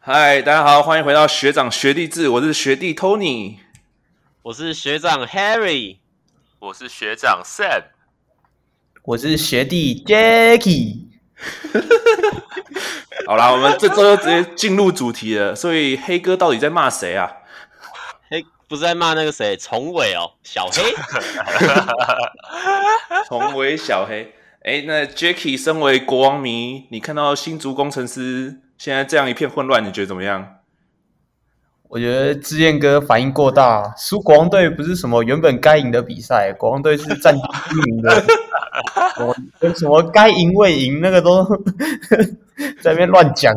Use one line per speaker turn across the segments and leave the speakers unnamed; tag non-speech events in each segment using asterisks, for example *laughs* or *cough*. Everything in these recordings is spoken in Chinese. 嗨，大家好，欢迎回到学长学弟制，我是学弟 Tony。
我是学长 Harry，
我是学长 Sam，
我是学弟 Jacky，
好啦，我们这周就直接进入主题了。所以黑哥到底在骂谁啊？
嘿，不是在骂那个谁崇伟哦，小
*laughs*
黑，
重围小黑。哎，那 Jacky 身为国王迷，你看到新竹工程师现在这样一片混乱，你觉得怎么样？
我觉得志燕哥反应过大，输国王队不是什么原本该赢的比赛，国王队是战绩第一名的，我跟什么该赢未赢那个都在那边乱讲。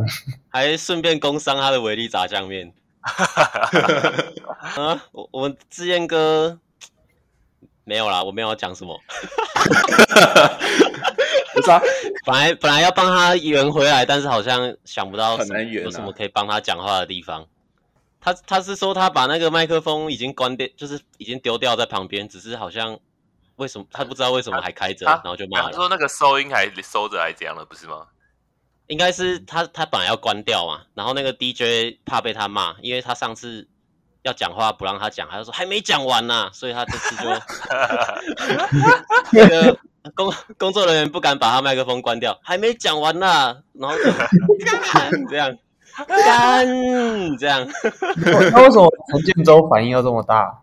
还顺便工伤他的维力炸酱
*laughs*
面。啊，我我们志燕哥没有啦，我没有要讲什么，
不是啊，
本来本来要帮他圆回来，但是好像想不到
很
什么
难圆啊
有什么可以帮他讲话的地方。他他是说他把那个麦克风已经关掉，就是已经丢掉在旁边，只是好像为什么他不知道为什么还开着，
他
啊
然后就骂
他
了。
说那个收音还收着还是怎样了，不是吗？
应该是他他本来要关掉嘛，然后那个 DJ 怕被他骂，因为他上次要讲话不让他讲，他就说还没讲完呐、所以他这次就那个工工作人员不敢把他麦克风关掉，还没讲完呐、然后就干这样干这样，
那为什么陈建州反应要这么大？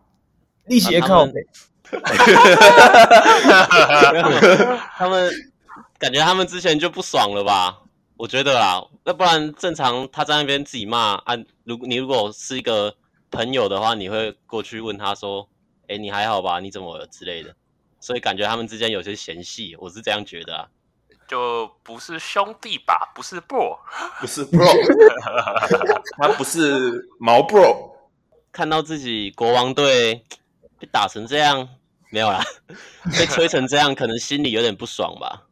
力气也靠北，
*laughs* 他们感觉他们之前就不爽了吧？我觉得啦，要不然正常他在那边自己骂啊，如你如果是一个朋友的话，你会过去问他说：“哎、你还好吧？你怎么了？”之类的。所以感觉他们之间有些嫌隙，我是这样觉得啊。
就不是兄弟吧，不是 bro，
不是 Bro，他不是毛 Bro。
看到自己国王队被打成这样，没有啦，被吹成这样，可能心里有点不爽吧。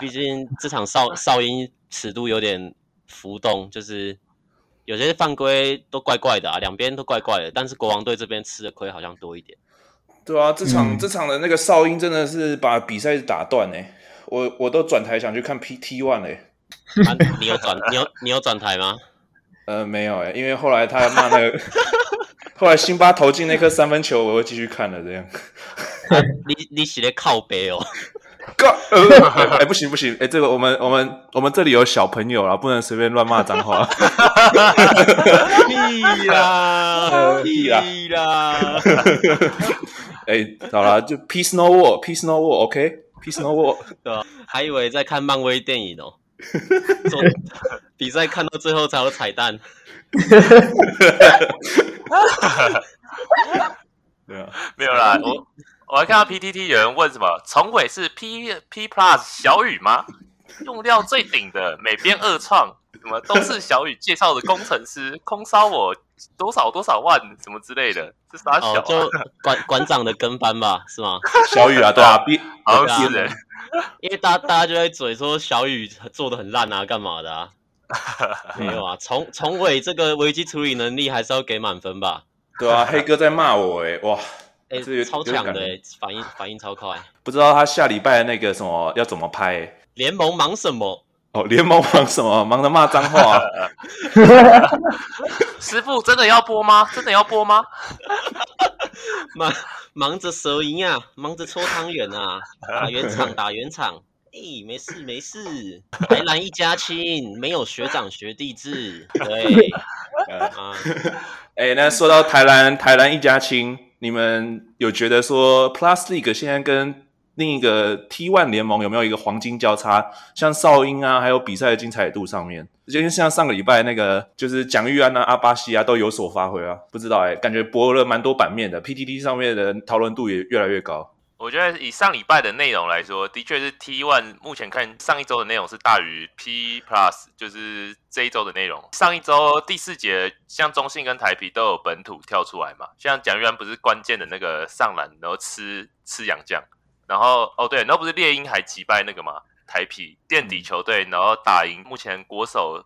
毕竟这场哨哨音尺度有点浮动，就是有些犯规都怪怪的啊，两边都怪怪的。但是国王队这边吃的亏好像多一点。
对啊，这场、
嗯
这场的那个哨音真的是把比赛打断哎、我我都转台想去看 PT One 欸嘞、
啊、你有转，你有你有转台吗？
呃，没有哎、因为后来他骂那个，后来辛巴投进那颗三分球，我又继续看了。这样，
你你写的靠背哦，
God，呃，哎、哎不行不行，哎、这个我们我们我们这里有小朋友啦，不能随便乱骂脏话。
屁啦 *laughs*
屁啦
啦！
哎、好啦，就 peace no war，peace no war，OK，peace、no war。
对啊，还以为在看漫威电影哦。做比赛看到最后才有彩蛋，
对啊，
没
*laughs*
有啦。我我还看到 PTT 有人问什么，重伟是 P P Plus 小雨吗？用料最顶的，美编二创，什么都是小雨介绍的工程师，空烧我多少多少万，什么之类的，这傻小、
哦
啊，
就馆馆长的跟班吧，是
*laughs*
吗？
小雨啊，对啊，B
好
对啊
像是人、欸
因为大大家就在嘴说小雨做的很烂啊，干嘛
*laughs*
的啊？没有啊，从从伟这个危机处理能力还是要给满分吧。
对啊，黑哥在骂我哎、哇，
哎、
这有
超强
有
的、
感
欸，反应反应超快。
不知道他下礼拜那个什么要怎么拍、欸。
联盟忙什么？
哦，联盟忙什么？忙着骂脏话、啊。
师傅真的要播吗？真的要播吗？
忙忙着蛇赢啊，忙着搓汤圆啊，打圆场打圆场。哎、没事没事，台南一家亲，没有学长学弟制。
*laughs*
对啊，
哎、那说到台南，台南一家亲，你们有觉得说 Plus League 现在跟另一个 T One 联盟有没有一个黄金交叉？像哨音啊，还有比赛的精彩度上面，就像上个礼拜那个，就是蒋玉安啊、阿巴西啊都有所发挥啊。不知道哎、感觉博了蛮多版面的，PTT 上面的讨论度也越来越高。
我觉得以上礼拜的内容来说，的确是 T One 目前看上一周的内容是大于 P Plus，就是这一周的内容。上一周第四节，像中信跟台啤都有本土跳出来嘛，像蒋玉安不是关键的那个上篮，然后吃吃洋将，然后哦对，然后不是猎鹰还击败那个嘛台啤垫底球队，然后打赢目前国手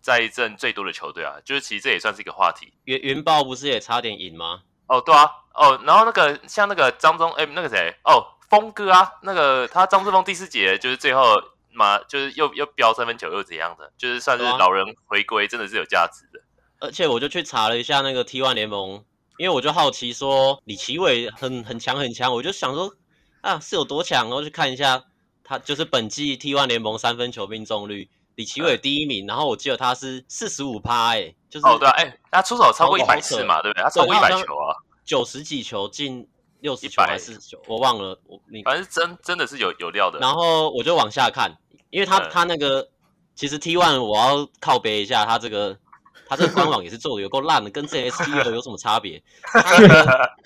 在阵最多的球队啊，就是其实这也算是一个话题。
云云豹不是也差点赢吗？
哦，对啊，哦，然后那个像那个张忠，哎、那个谁，哦，峰哥啊，那个他张志峰第四节就是最后马就是又又飙三分球又怎样的，就是算是
对啊
老人回归，真的是有价值的。
而且我就去查了一下那个 T1 联盟，因为我就好奇说李奇伟很很强很强，我就想说啊是有多强，然后去看一下他就是本季 T1 联盟三分球命中率，李奇伟第一名，然后我记得他是四十五趴，哎、就是
哦，对啊，哎、他出手超过一
好扯
百次嘛，对不对？他超过一
对他
百
好像
球啊，
九十几球进六十球
100
还是九，我忘了我你
反正是真真的是有有料的。
然后我就往下看，因为他、
嗯
他那个其实 T one 我要靠背一下，他这个他这个官网也是做的有够烂的，跟 JSP 有什么差别？他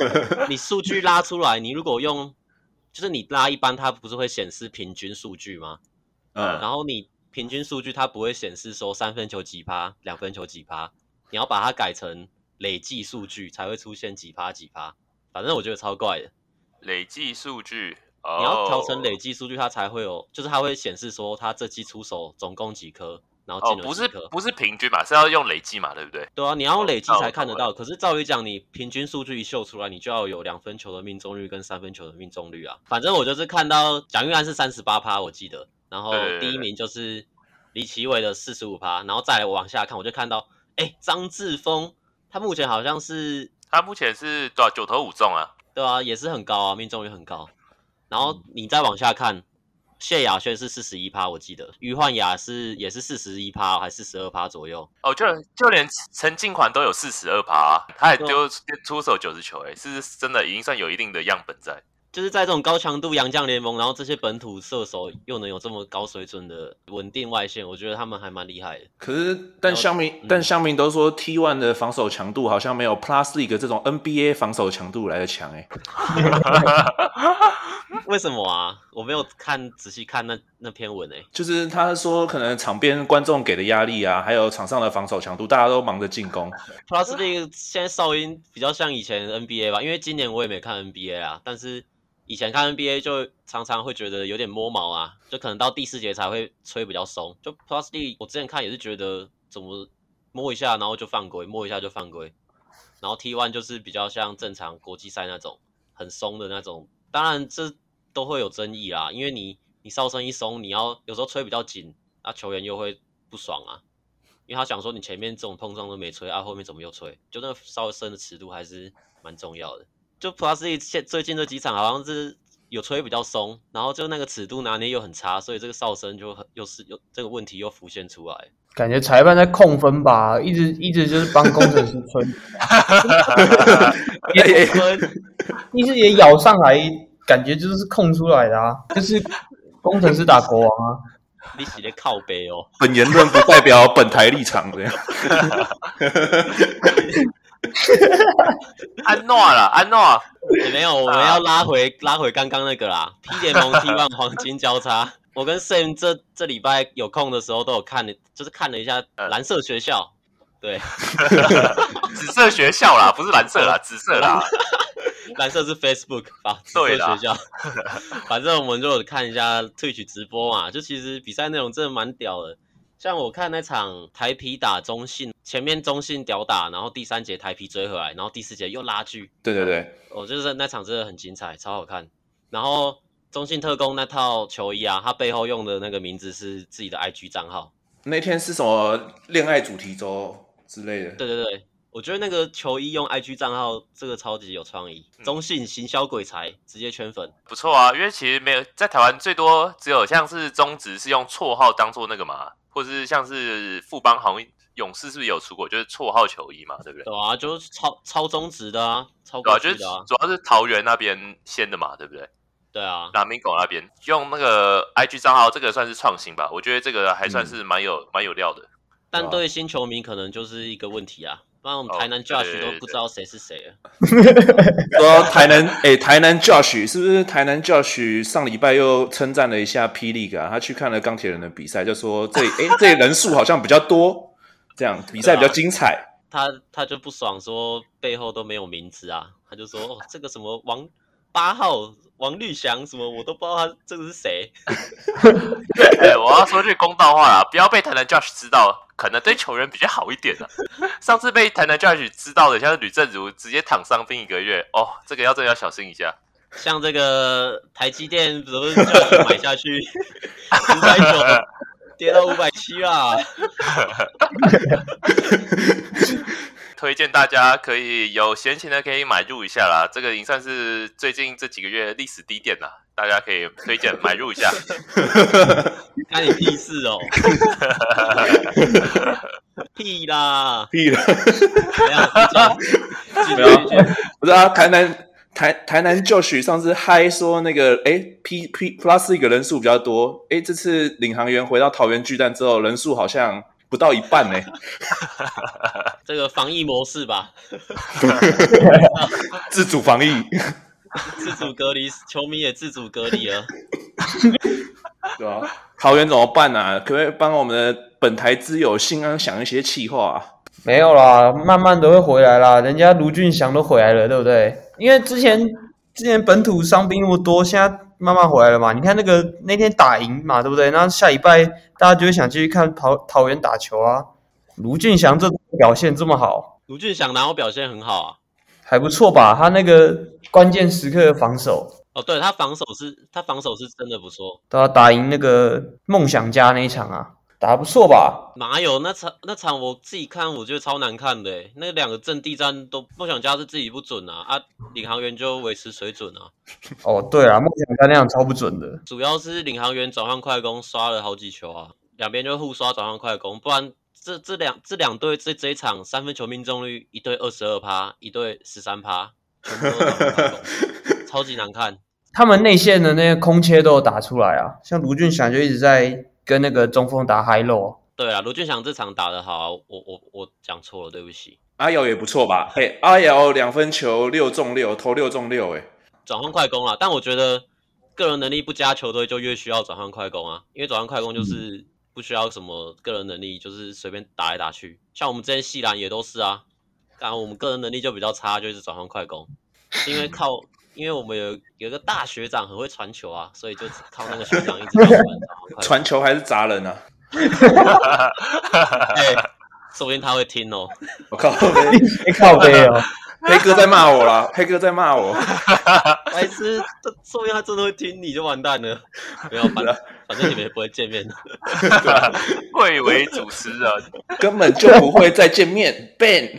那个
*laughs*
你数据拉出来，你如果用就是你拉一般，它不是会显示平均数据吗？
嗯，
然后你平均数据它不会显示说三分球几趴，两分球几趴，你要把它改成累计数据才会出现几趴几趴。反正我觉得超怪的。
累计数据，哦、
你要调成累计数据，它才会有，就是它会显示说它这期出手总共几颗，然后
哦，
进了
不
几
是
颗。
不是平均嘛，是要用累计嘛，对不对？
对啊，你要用累计
哦那我
才看得
懂
到。可是照理讲，你平均数据一秀出来，你就要有两分球的命中率跟三分球的命中率啊。反正我就是看到蒋玉安是三十八趴，我记得，然后
对对对
第一名就是李奇伟的四十五趴，然后再来我往下看，我就看到，哎，张志峰他目前好像是
他目前是多少九投五中啊？
对啊，也是很高啊，命中率很高。然后你再往下看，谢雅轩是四十一趴，我记得于焕雅是也是四十一趴还是四十二趴左右。
哦，就就连陈静款都有四十二趴，他也
对啊
丢出手九十球、哎，是真的已经算有一定的样本在。
就是在这种高强度洋将联盟，然后这些本土射手又能有这么高水准的稳定外线，我觉得他们还蛮厉害的。
可是但乡民、
嗯
但乡民都说 T one 的防守强度好像没有 Plus League 这种 NBA 防守强度来的强哎、
为什么啊？我没有看仔细看那那篇文欸诶、
就是他说可能场边观众给的压力啊，还有场上的防守强度，大家都忙着进攻，
Plus League 现在哨音比较像以前 NBA 吧，因为今年我也没看 NBA 啊，但是以前看 NBA 就常常会觉得有点摸毛啊，就可能到第四节才会吹比较松。就 Plus League 我之前看也是觉得怎么摸一下然后就犯规，摸一下就犯规，然后 T1 就是比较像正常国际赛那种很松的那种，当然这都会有争议啊啦，因为你你哨声一松，你要有时候吹比较紧，那球员又会不爽啊。因为他想说你前面这种碰撞都没吹啊，后面怎么又吹？就那个稍微深的尺度还是蛮重要的。就 Plus E 现最近这几场好像是有吹比较松，然后就那个尺度拿捏又很差，所以这个哨声就很又是又这个问题又浮现出来。
感觉裁判在控分吧，一直一直就是帮工程师吹，
哎哎
一直也咬上来，感觉就是控出来的啊，就是工程师打国王啊。
你洗的靠背哦，
本言论不代表本台立场这样。
安诺啦，安诺，啊
也没有，我们要拉回拉回刚刚那个啦，P 联盟 T one 黄金交叉。我跟 Sam 这这礼拜有空的时候都有看，就是看了一下
嗯
蓝色学校，对，
紫色学校啦，不是蓝色啦，紫色啦。
蓝色是 Facebook *laughs* 啊，紫
对
色
啦
学
*laughs*
校。反正我们就有看一下 Twitch 直播嘛，就其实比赛内容真的蛮屌的。像我看那场台皮打中信，前面中信屌打，然后第三节台皮追回来，然后第四节又拉锯，
对对对，
我就是那场真的很精彩，超好看。然后中信特工那套球衣啊，它背后用的那个名字是自己的 IG 账号。
那天是什么恋爱主题周之类的？
对对对，我觉得那个球衣用 IG 账号这个超级有创意，
嗯
中信行销鬼才直接圈粉。
不错啊，因为其实没有在台湾最多只有像是中职是用绰号当做那个嘛，或是像是富邦好像勇士是不是有出过，就是绰号球衣嘛，对不对？
对啊，就是超超中值的啊，超
对啊，
过
就是
去的啊，
主要是桃园那边先的嘛，对不对？
对啊，
拉米狗那边用那个 IG 账号，这个算是创新吧，我觉得这个还算
嗯
是蛮有、蛮有料的。
但对新球迷可能就是一个问题啊，不然我们
啊哦
台南
对
Judge
对
都
对
不知道谁是谁了。
说台南，哎、台南 Josh 是不是台南 Josh 上礼拜又称赞了一下霹雳啊？他去看了钢铁人的比赛，就说这哎、这人数好像比较多，这样比赛比较精彩。
他他就不爽说背后都没有名字啊，他就说哦这个什么王八号王绿翔什么我都不知道他这个是谁，
*laughs* 对，我要说句公道话啊啦，不要被台南 Josh 知道，可能对球员比较好一点啦。 *laughs* 上次被台南 Josh 知道的，像是吕正如直接躺伤兵一个月，哦，这个要真的要小心一下。
像这个台积电不是叫你买下
*laughs*
去五百九，跌到五百七啊啦。
推荐大家可以有闲情的可以买入一下啦，这个已经算是最近这几个月历史低点啦，大家可以推荐买入一下。
干你屁事
*laughs*
哦！屁啦！
屁了，
怎样？继
没有
续继续，
不是啊，台南台台南 Josh 上次嗨说那个哎 P P Plus 一个人数比较多，哎这次领航员回到桃园巨蛋之后，人数好像不到一半呢、 *laughs*
这个防疫模式吧，
自主防疫， *laughs*
自主隔离，球迷也自主隔离了。
对吧、桃园怎么办啊？可不可以帮我们的本台之友信安想一些气话啊？
没有啦，慢慢都会回来啦。人家卢俊祥都回来了，对不对？因为之前之前本土伤兵那么多，现在慢慢回来了嘛。你看那个那天打赢嘛，对不对？那下礼拜大家就会想继续看桃桃园打球啊。卢俊祥这表现这么好，
卢俊祥然后表现很好啊。
还不错吧？他那个关键时刻的防守，
哦，对他防守是，他防守是真的不错。
对啊，打赢那个梦想家那一场啊，打得不错吧？
哪有那场那场我自己看，我觉得超难看的欸。那两个阵地战都梦想家是自己不准啊，啊，领航员就维持水准啊。
哦，对啊，梦想家那场超不准的。
主要是领航员转换快攻刷了好几球啊，两边就互刷转换快攻，不然这这两这两队这这一场三分球命中率一队二十二趴，一队十三趴，全部都转换快攻，超级难看。
他们内线的那个空切都有打出来啊，像卢俊祥就一直在跟那个中锋打 high low，
对啊，卢俊祥这场打得好啊，我我我讲错了，对不起。
阿瑶也不错吧？哎、阿瑶两分球六中六，投六中六、哎，
转换快攻啊，但我觉得个人能力不佳，球队就越需要转换快攻啊，因为转换快攻就是不需要什么个人能力，就是随便打来打去。像我们之前细篮也都是啊，然后我们个人能力就比较差，就是转换快攻，是因为靠， *laughs* 因为我们有有一个大学长很会传球啊，所以就靠那个学长一直让我们转换快攻。 *laughs*
传球还是砸人啊？
哎、说不定他会听哦。
我靠，
哎、 *laughs* 靠背哦，
黑哥在骂我啦，黑哥在骂我。
白痴，这说不定他真的会听，你就完蛋了。没有，反反正你们也不会见面的。
贵为主持人，
根本就不会再见面。Ben，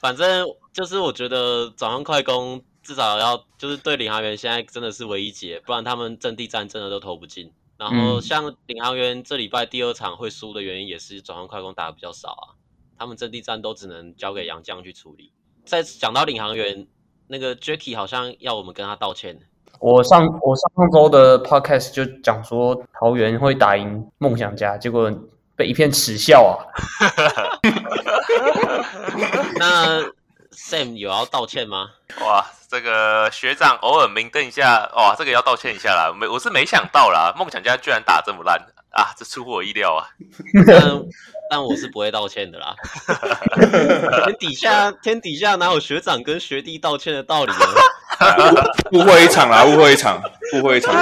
反正就是我觉得转换快攻至少要就是对领航员现在真的是唯一解，不然他们阵地战真的都投不进。然后
嗯
像领航员这礼拜第二场会输的原因也是转换快攻打的比较少啊，他们阵地战都只能交给杨绛去处理。再讲到领航员，那个 Jacky 好像要我们跟他道歉，
我上我上周的 podcast 就讲说桃园会打赢梦想家，结果被一片耻笑啊。
那 Sam 有要道歉吗？
哇，这个学长偶尔明灯一下，哇，这个要道歉一下啦，没我是没想到啦，梦想家居然打这么烂啊，这出乎我意料啊。
但但我是不会道歉的啦。天底下天底下哪有学长跟学弟道歉的道理呢？
*laughs* 误会一场啦，误会一场，误会一场，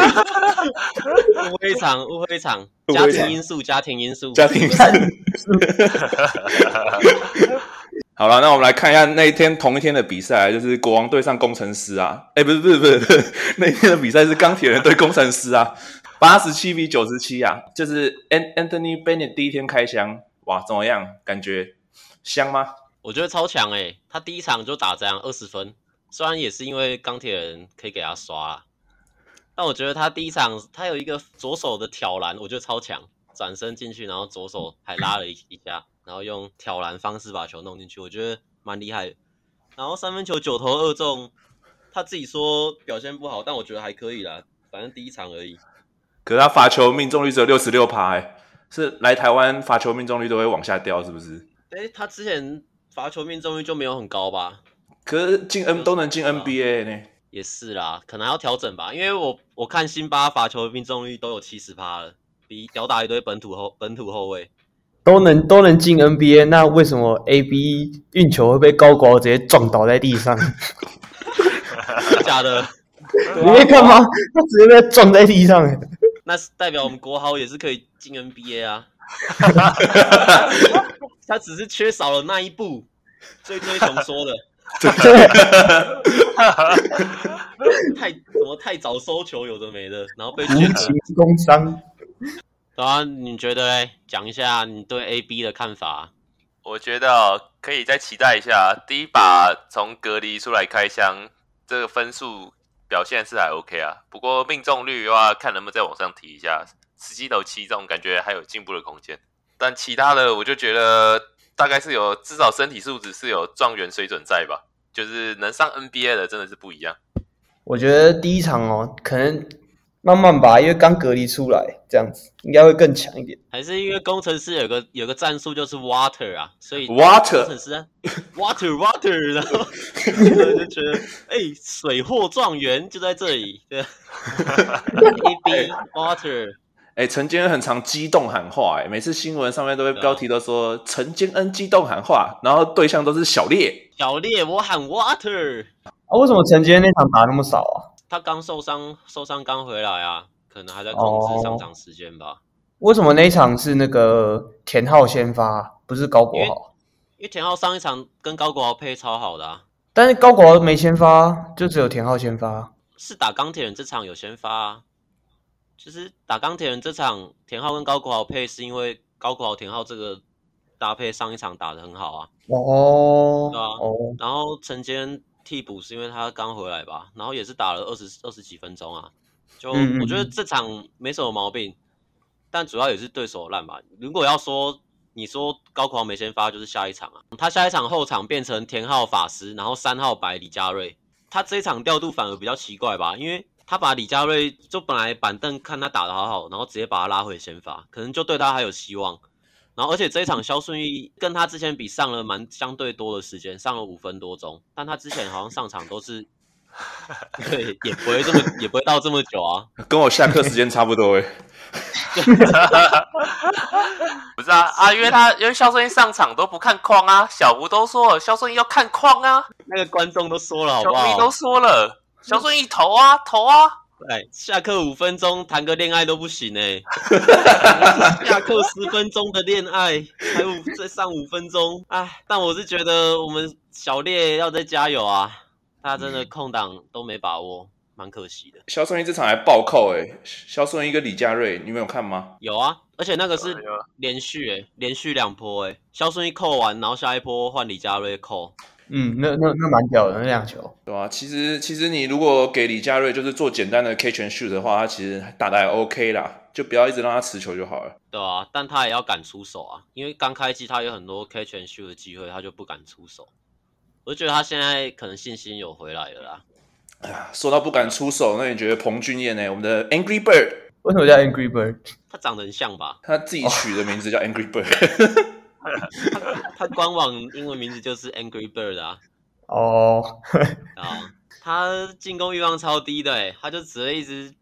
*laughs* 误会一场，误会一场，
误
家
会一场
庭因素，家庭因素，
家庭。 *laughs* 好了，那我们来看一下那一天同一天的比赛，就是国王对上工程师啊，哎、不是不是不是，不是 *laughs* 那一天的比赛是钢铁人对工程师啊，八十七比九十七啊，就是 An Anthony Bennett 第一天开箱，哇，怎么样？感觉香吗？
我觉得超强哎、他第一场就打这样二十分，虽然也是因为钢铁人可以给他刷啦，但我觉得他第一场他有一个左手的挑篮，我觉得超强，转身进去，然后左手还拉了一一下，然后用挑篮方式把球弄进去，我觉得蛮厉害的。然后三分球九投二中，他自己说表现不好，但我觉得还可以啦，反正第一场而已。
可是他罚球命中率只有六十六趴，哎、是来台湾罚球命中率都会往下掉，是不是？
哎、他之前罚球命中率就没有很高吧？
可是进 N 都能进 NBA 呢？
也是啦，可能还要调整吧，因为我我看辛巴罚球命中率都有七十趴了，比吊打一堆本土后本土后卫。
都能都能进 NBA，那为什么 AB 运球会被高国直接撞倒在地上？ *laughs*
真的假的？
你没看吗？他直接被撞在地上，
那是代表我们国豪也是可以进 NBA 啊，他只是缺少了那一步，追追熊说的，太什么太早收球有的没的，然
*laughs*
后被
*laughs* 无
卷。
情工伤。
对啊，你觉得嘞？讲一下你对 A B 的看法。
我觉得哦可以再期待一下，第一把从隔离出来开枪，这个分数表现是还 OK 啊。不过命中率的话，看能不能再往上提一下，十七投七中，感觉还有进步的空间。但其他的，我就觉得大概是有，至少身体素质是有状元水准在吧。就是能上 NBA 的真的是不一样。
我觉得第一场哦，可能慢慢吧，因为刚隔离出来，这样子应该会更强一点。
还是因为工程师有个有个战术就是 water 啊，所以
Water
工程师啊 water water，然后然后就觉得哎、水货状元就在这里，对 A B water，
哎，陈坚恩很常激动喊话，哎，每次新闻上面都会
对啊
标题都说陈坚恩激动喊话，然后对象都是小烈，
小烈我喊 water，
啊，为什么陈杰那场打那么少啊？
他刚受伤，受伤刚回来啊，可能还在控制上场时间吧。
为什么那一场是那个田浩先发，不是高国豪？
因为田浩上一场跟高国豪配超好的啊，
但是高国豪没先发，就只有田浩先发。
是打钢铁人这场有先发啊，就是打钢铁人这场，田浩跟高国豪配是因为高国豪田浩这个搭配上一场打得很好啊，
哦
对啊
哦，
然后陈坚替补是因为他刚回来吧，然后也是打了二十二十几分钟啊，就
嗯嗯
我觉得这场没什么毛病，但主要也是对手烂吧。如果要说你说高国豪没先发，就是下一场啊，他下一场后场变成田浩法师，然后三号白李佳瑞，他这一场调度反而比较奇怪吧，因为。他把李佳瑞就本来板凳看他打得好好，然后直接把他拉回先发，可能就对他还有希望。然后而且这一场肖顺义跟他之前比上了蛮相对多的时间，上了五分多钟，但他之前好像上场都是，对，也不会这么也不会到这么久啊。
跟我下课时间差不多，哎， *laughs*
不是啊啊，因为他因为肖顺义上场都不看框啊，小胡都说了，肖顺义要看框啊，
那个观众都说了好
小
不
胡都
好？
说了，肖顺义投啊投啊，
哎，下课五分钟谈个恋爱都不行哎、 *laughs* 下课十分钟的恋爱还有再上五分钟，哎，但我是觉得我们小烈要再加油啊，他真的空档都没把握，蛮可惜的。
肖顺义这场还暴扣，哎，肖顺义跟李佳瑞，你们有看吗？
有啊，而且那个是
有有
连续诶、欸连续两波诶、肖顺义扣完，然后下一波换李佳瑞扣，
嗯，那那那蛮屌的那两球。
对吧、其实其实你如果给李佳瑞就是做简单的 catch and shoot 的话，他其实打的还 OK 啦，就不要一直让他持球就好了。
对啊，但他也要敢出手啊，因为刚开季他有很多 catch and shoot 的机会，他就不敢出手。我就觉得他现在可能信心有回来了啦。
哎呀，说到不敢出手，那你觉得彭俊彦呢？我们的 Angry Bird，
为什么叫 Angry Bird？
他长得很像吧？
他自己取的名字叫 Angry Bird， *laughs*
他官网英文名字就是 Angry Bird 啊，
哦，
啊，他进攻欲望超低的、欸，他就只会一直，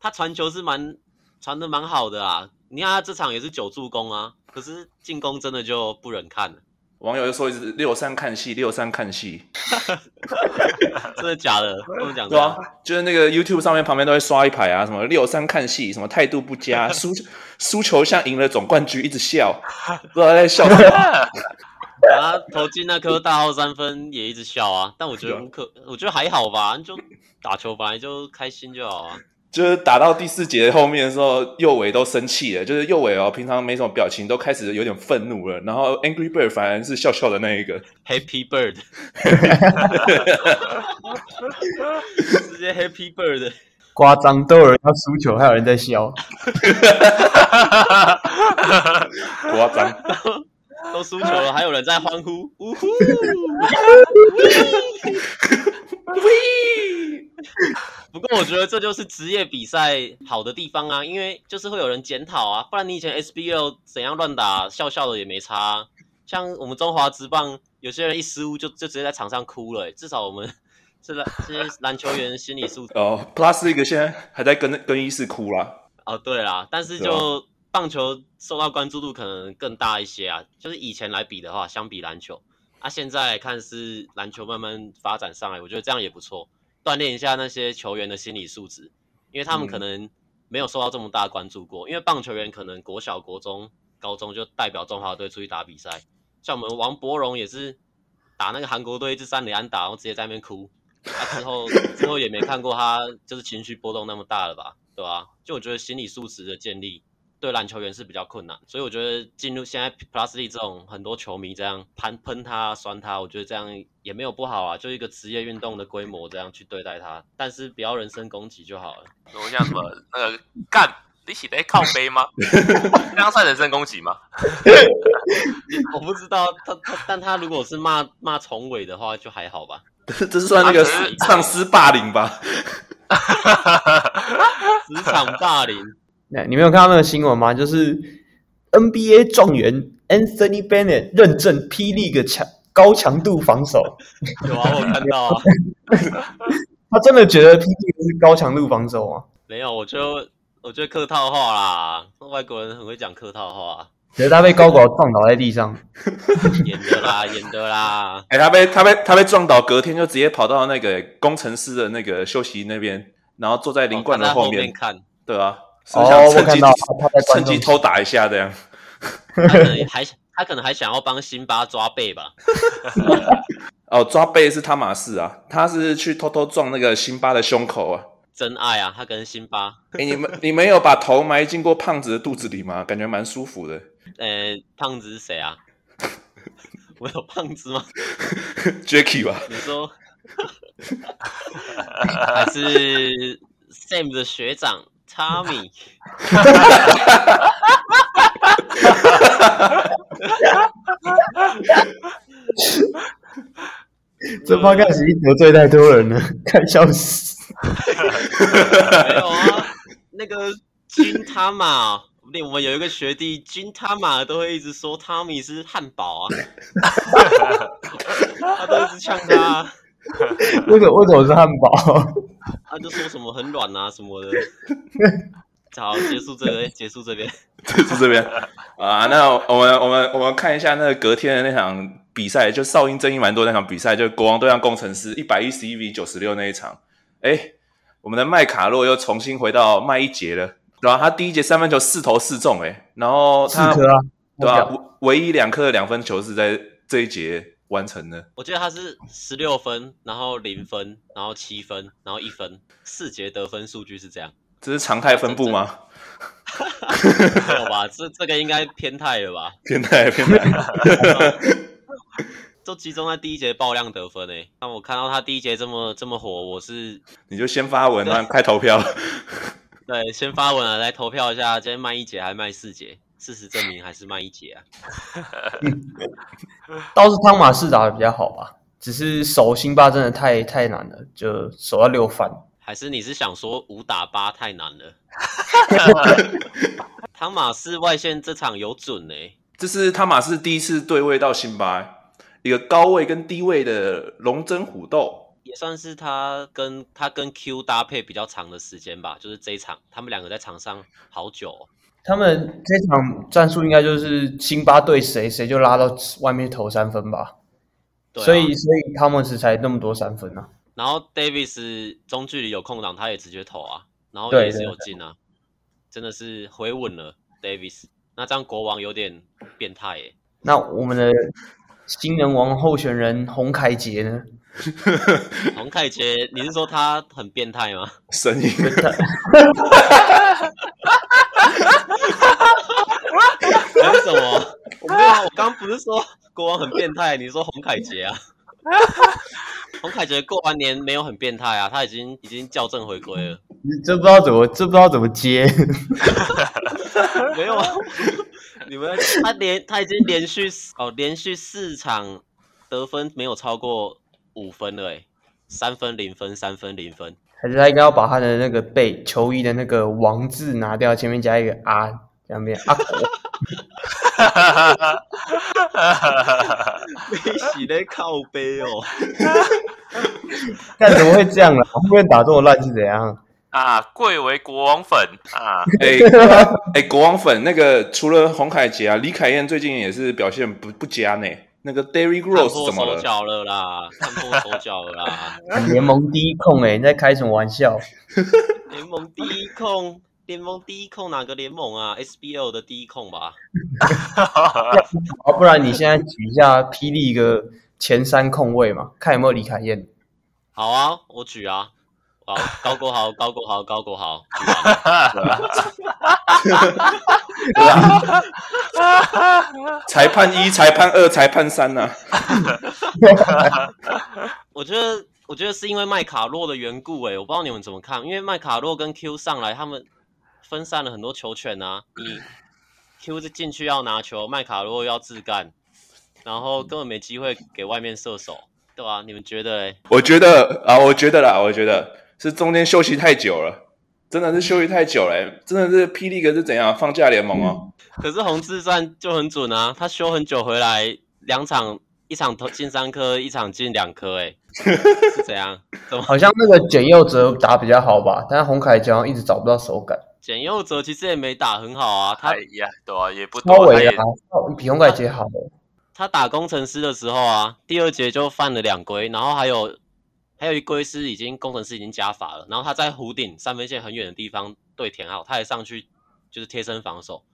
他传球是蛮传的蛮好的啊。你看他这场也是九助攻啊，可是进攻真的就不忍看了，
网友就说一直六三看戏，六三看戏，
真的假的？他们讲
对啊
的，，
就是那个 YouTube 上面旁边都会刷一排啊，什么六三看戏，什么态度不
*laughs*
佳，输输球像赢了总冠军，一直笑， *laughs* 不知道在笑什么。
*laughs*
他投进那颗大号三分也一直笑啊，但我觉得无可，我觉得还好吧，你就打球本来就开心就好啊。
就是打到第四节后面的时候，右尾都生气了，就是右尾哦，平常没什么表情，都开始有点愤怒了，然后 Angry Bird 反而是笑笑的那一
*laughs*
个，
Happy Bird，直接 Happy Bird，
夸张都有人要输球，还有人在笑。
夸张。
都输球了，还有人在欢呼，呜呼！ *laughs* 不过我觉得这就是职业比赛好的地方啊，因为就是会有人检讨啊，不然你以前 SBL 怎样乱打，笑笑的也没差啊、像我们中华职棒，有些人一失误就就直接在场上哭了欸、至少我们 *laughs* 这篮这些篮球员心理素质
哦，Plus 一个现在还在跟更衣室哭
*laughs*
啦，
哦，对啦，但是
对啊
就棒球受到关注度可能更大一些啊。就是以前来比的话，相比篮球，啊，现在来看是篮球慢慢发展上来，我觉得这样也不错，锻炼一下那些球员的心理素质，因为他们可
嗯
能没有受到这么大的关注过。因为棒球员可能国小、国中、高中就代表中华队出去打比赛，像我们王柏荣也是打那个韩国队一直三连安打，然后直接在那边哭。啊、之后之后也没看过他就是情绪波动那么大了吧，对吧、就我觉得心理素质的建立对篮球员是比较困难，所以我觉得进入现在 Plus D 这种很多球迷这样喷喷他酸他，我觉得这样也没有不好啊，就一个职业运动的规模这样去对待他，但是不要人身攻击就好了。 *laughs*
我像什么那个干，你起在靠背吗？ *laughs* 这样算人身攻击吗？ *laughs*
我不知道他他，但他如果是骂骂崇伟的话就还好吧，
这是算那个
他啊只是
上司霸凌吧？
职场霸凌。
那哎你没有看到那个新闻吗？就是 NBA 状元 Anthony Bennett 认证 P League 强高强度防守，
有啊，我看到啊。
他真的觉得 P League 是高强度防守吗？
没有，我就我觉得客套话啦，外国人很会讲客套话，啊
觉得他被高管撞倒在地上，
演的啦，演的啦。
哎、他被他被他被撞倒，隔天就直接跑到那个工程师的那个休息那边，然后坐在林冠
哦
的
站在后
面，
看，
对啊，是
哦
想
我
趁
看
机
到他在观
趁
众
机
席
偷打一下这样。
他可能还他可能还想要帮辛巴抓背吧？
哦，抓背是他马士啊，他是去偷偷撞那个辛巴的胸口啊。
真爱啊，他跟辛巴，
哎、你们你们有把头埋进过胖子的肚子里吗？感觉蛮舒服的。 *laughs*
呃，胖子是谁啊？ *laughs* 我有胖子吗？
Jacky 吧，
你说还是 Sam 的学长 Tommy？
这 podcast 已经得罪太多人了， *laughs* 看笑死。
没有啊，那个金他玛，那我们有一个学弟金他玛都会一直说汤米是汉堡啊， *laughs* 他都一直呛他啊，
为什么为什么是汉堡？
他就说什么很软啊什么的。好，结束这个，结束这边。
*laughs* 是这边啊。那我们我们我们看一下那个隔天的那场比赛，就哨音争议蛮多的那场比赛，就国王对上工程师一百一十一比九十六那一场。哎、我们的麦卡洛又重新回到麦一节了，然后他第一节三分球四投四中、诶哎，然后
四
*laughs* 他
颗啊，
对吧、唯唯一两颗的两分球是在这一节完成的。
我记得他是十六分，然后零分，然后七分，然后一分，四节得分数据是这样，
这是常态分布吗？
没有吧？这这个应该偏态了吧？
偏态偏态。
都集中在第一节爆量得分诶、那我看到他第一节这么这么火，我是
你就先发文，然后开投票。
对，先发文啊了，来投票一下，今天卖一节还是卖四节？事实证明还是卖一节啊。
*laughs* 倒是汤马士打的比较好吧，只是守辛巴真的太太难了，就守到六犯。
还是你是想说五打八太难了？汤马斯外线这场有准欸呢、
这是汤马斯第一次对位到辛巴，一个高位跟低位的龙争虎斗。
也算是他跟他跟 Q 搭配比较长的时间吧，就是这一场他们两个在场上好久哦、
他们这场战术应该就是辛巴对谁谁就拉到外面投三分吧，
对啊
所以所以汤姆斯才那么多三分啊。
然后 Davis 中距离有空档他也直接投啊，然后
对
也是
对
有进啊，真的是回稳了 Davis。那这样国王有点变态耶、
那我们的新人王候选人洪凯杰呢？
洪凯杰，你是说他很变态吗？ *laughs*
声音，
讲什么？我没有啊，我刚不是说国王很变态，你说洪凯杰啊？ *laughs* 洪凯杰过完年没有很变态啊，他已经已经校正回归了。
这不知道怎么这不知道怎么接，
没 *laughs* 有啊，你们他连他已经连续四哦连续四场得分没有超过五分了哎，三分零分三分零 *laughs* 分，
*laughs* 还是他应该要把他的那个背球衣的那个王字拿掉，前面加一个啊，两边啊，
你洗的靠背哦。
但怎么会这样呢、啊 *laughs* 后面打这么乱是怎样？
啊，贵为国王粉啊，
哎哎，国王粉那个除了洪凯杰啊，李凯燕最近也是表现不不佳呢。那个 Derry
看
Rose
破
怎么
手
了？
脚了啦，看破手脚了啦。
联盟第一控哎、你在开什么玩笑？
*laughs* 联盟第一控，联盟第一控哪个联盟啊？SBL 的第一控吧。
哦啊，不然你现在举一下霹雳一个前三控卫嘛，看有没有李凯燕。
好啊，我举啊，好，高国豪，高国豪，高国豪，
裁判一、裁判二、裁判三啊呐、
我觉得，我觉得是因为麦卡洛的缘故、欸，我不知道你们怎么看，因为麦卡洛跟 Q 上来，他们分散了很多球权啊。你 Q 是进去要拿球，麦卡洛要自干，然后根本没机会给外面射手，对吧、你们觉得、欸？
我觉得啊，我觉得啦，我觉得是中间休息太久了，真的是休息太久了、真的是霹雳哥是怎样放假联盟哦？
可是洪志善就很准啊，他休很久回来，两场一场投进三颗，一场进两颗、欸，哎，是怎样？怎么
好像那个简佑哲打比较好吧，但是洪凯强一直找不到手感，
简佑哲其实也没打很好啊，他
哎呀，对啊，也不
稍
多，他
微
也
啊，比洪凯杰好。欸
他打工程师的时候啊，第二节就犯了两规，然后还有还有一规是已经工程师已经加罚了，然后他在弧顶三分线很远的地方对田浩，他也上去就是贴身防守，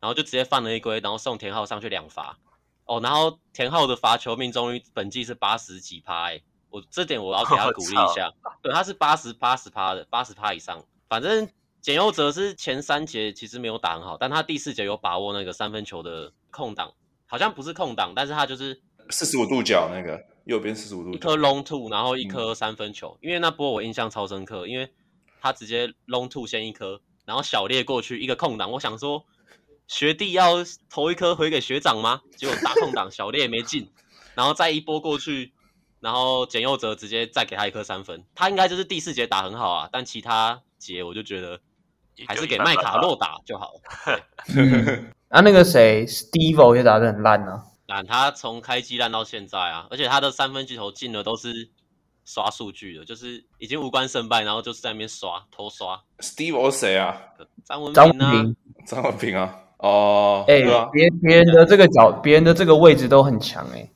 然后就直接犯了一规，然后送田浩上去两罚。哦，然后田浩的罚球命中率本季是八十几趴，哎、我这点我要给他鼓励一下，对，他是八十八十趴的，八十趴以上。反正简佑哲是前三节其实没有打很好，但他第四节有把握那个三分球的空档。好像不是空档，但是他就是
四十五度角那个右边四十五度
一
角
颗，long two，然后一颗三分球。因为那波我印象超深刻，因为他直接 long two 先一颗，然后小烈过去一个空档，我想说学弟要投一颗回给学长吗？结果大空档 *laughs* 小烈没进，然后再一波过去，然后简佑哲直接再给他一颗三分。他应该就是第四节打很好啊，但其他节我就觉得还是给麦卡洛打就好了。
啊，那个谁 Steve 也打得很烂啊，
懒他从开机烂到现在啊，而且他的三分巨头进的都是刷数据的，就是已经无关胜败，然后就是在那边刷偷刷。
Steve O 谁啊？
张文
张
明
文
呢
平，，
张文平啊？哦，
哎、
对啊，
别别人的这个角，别人的这个位置都很强哎、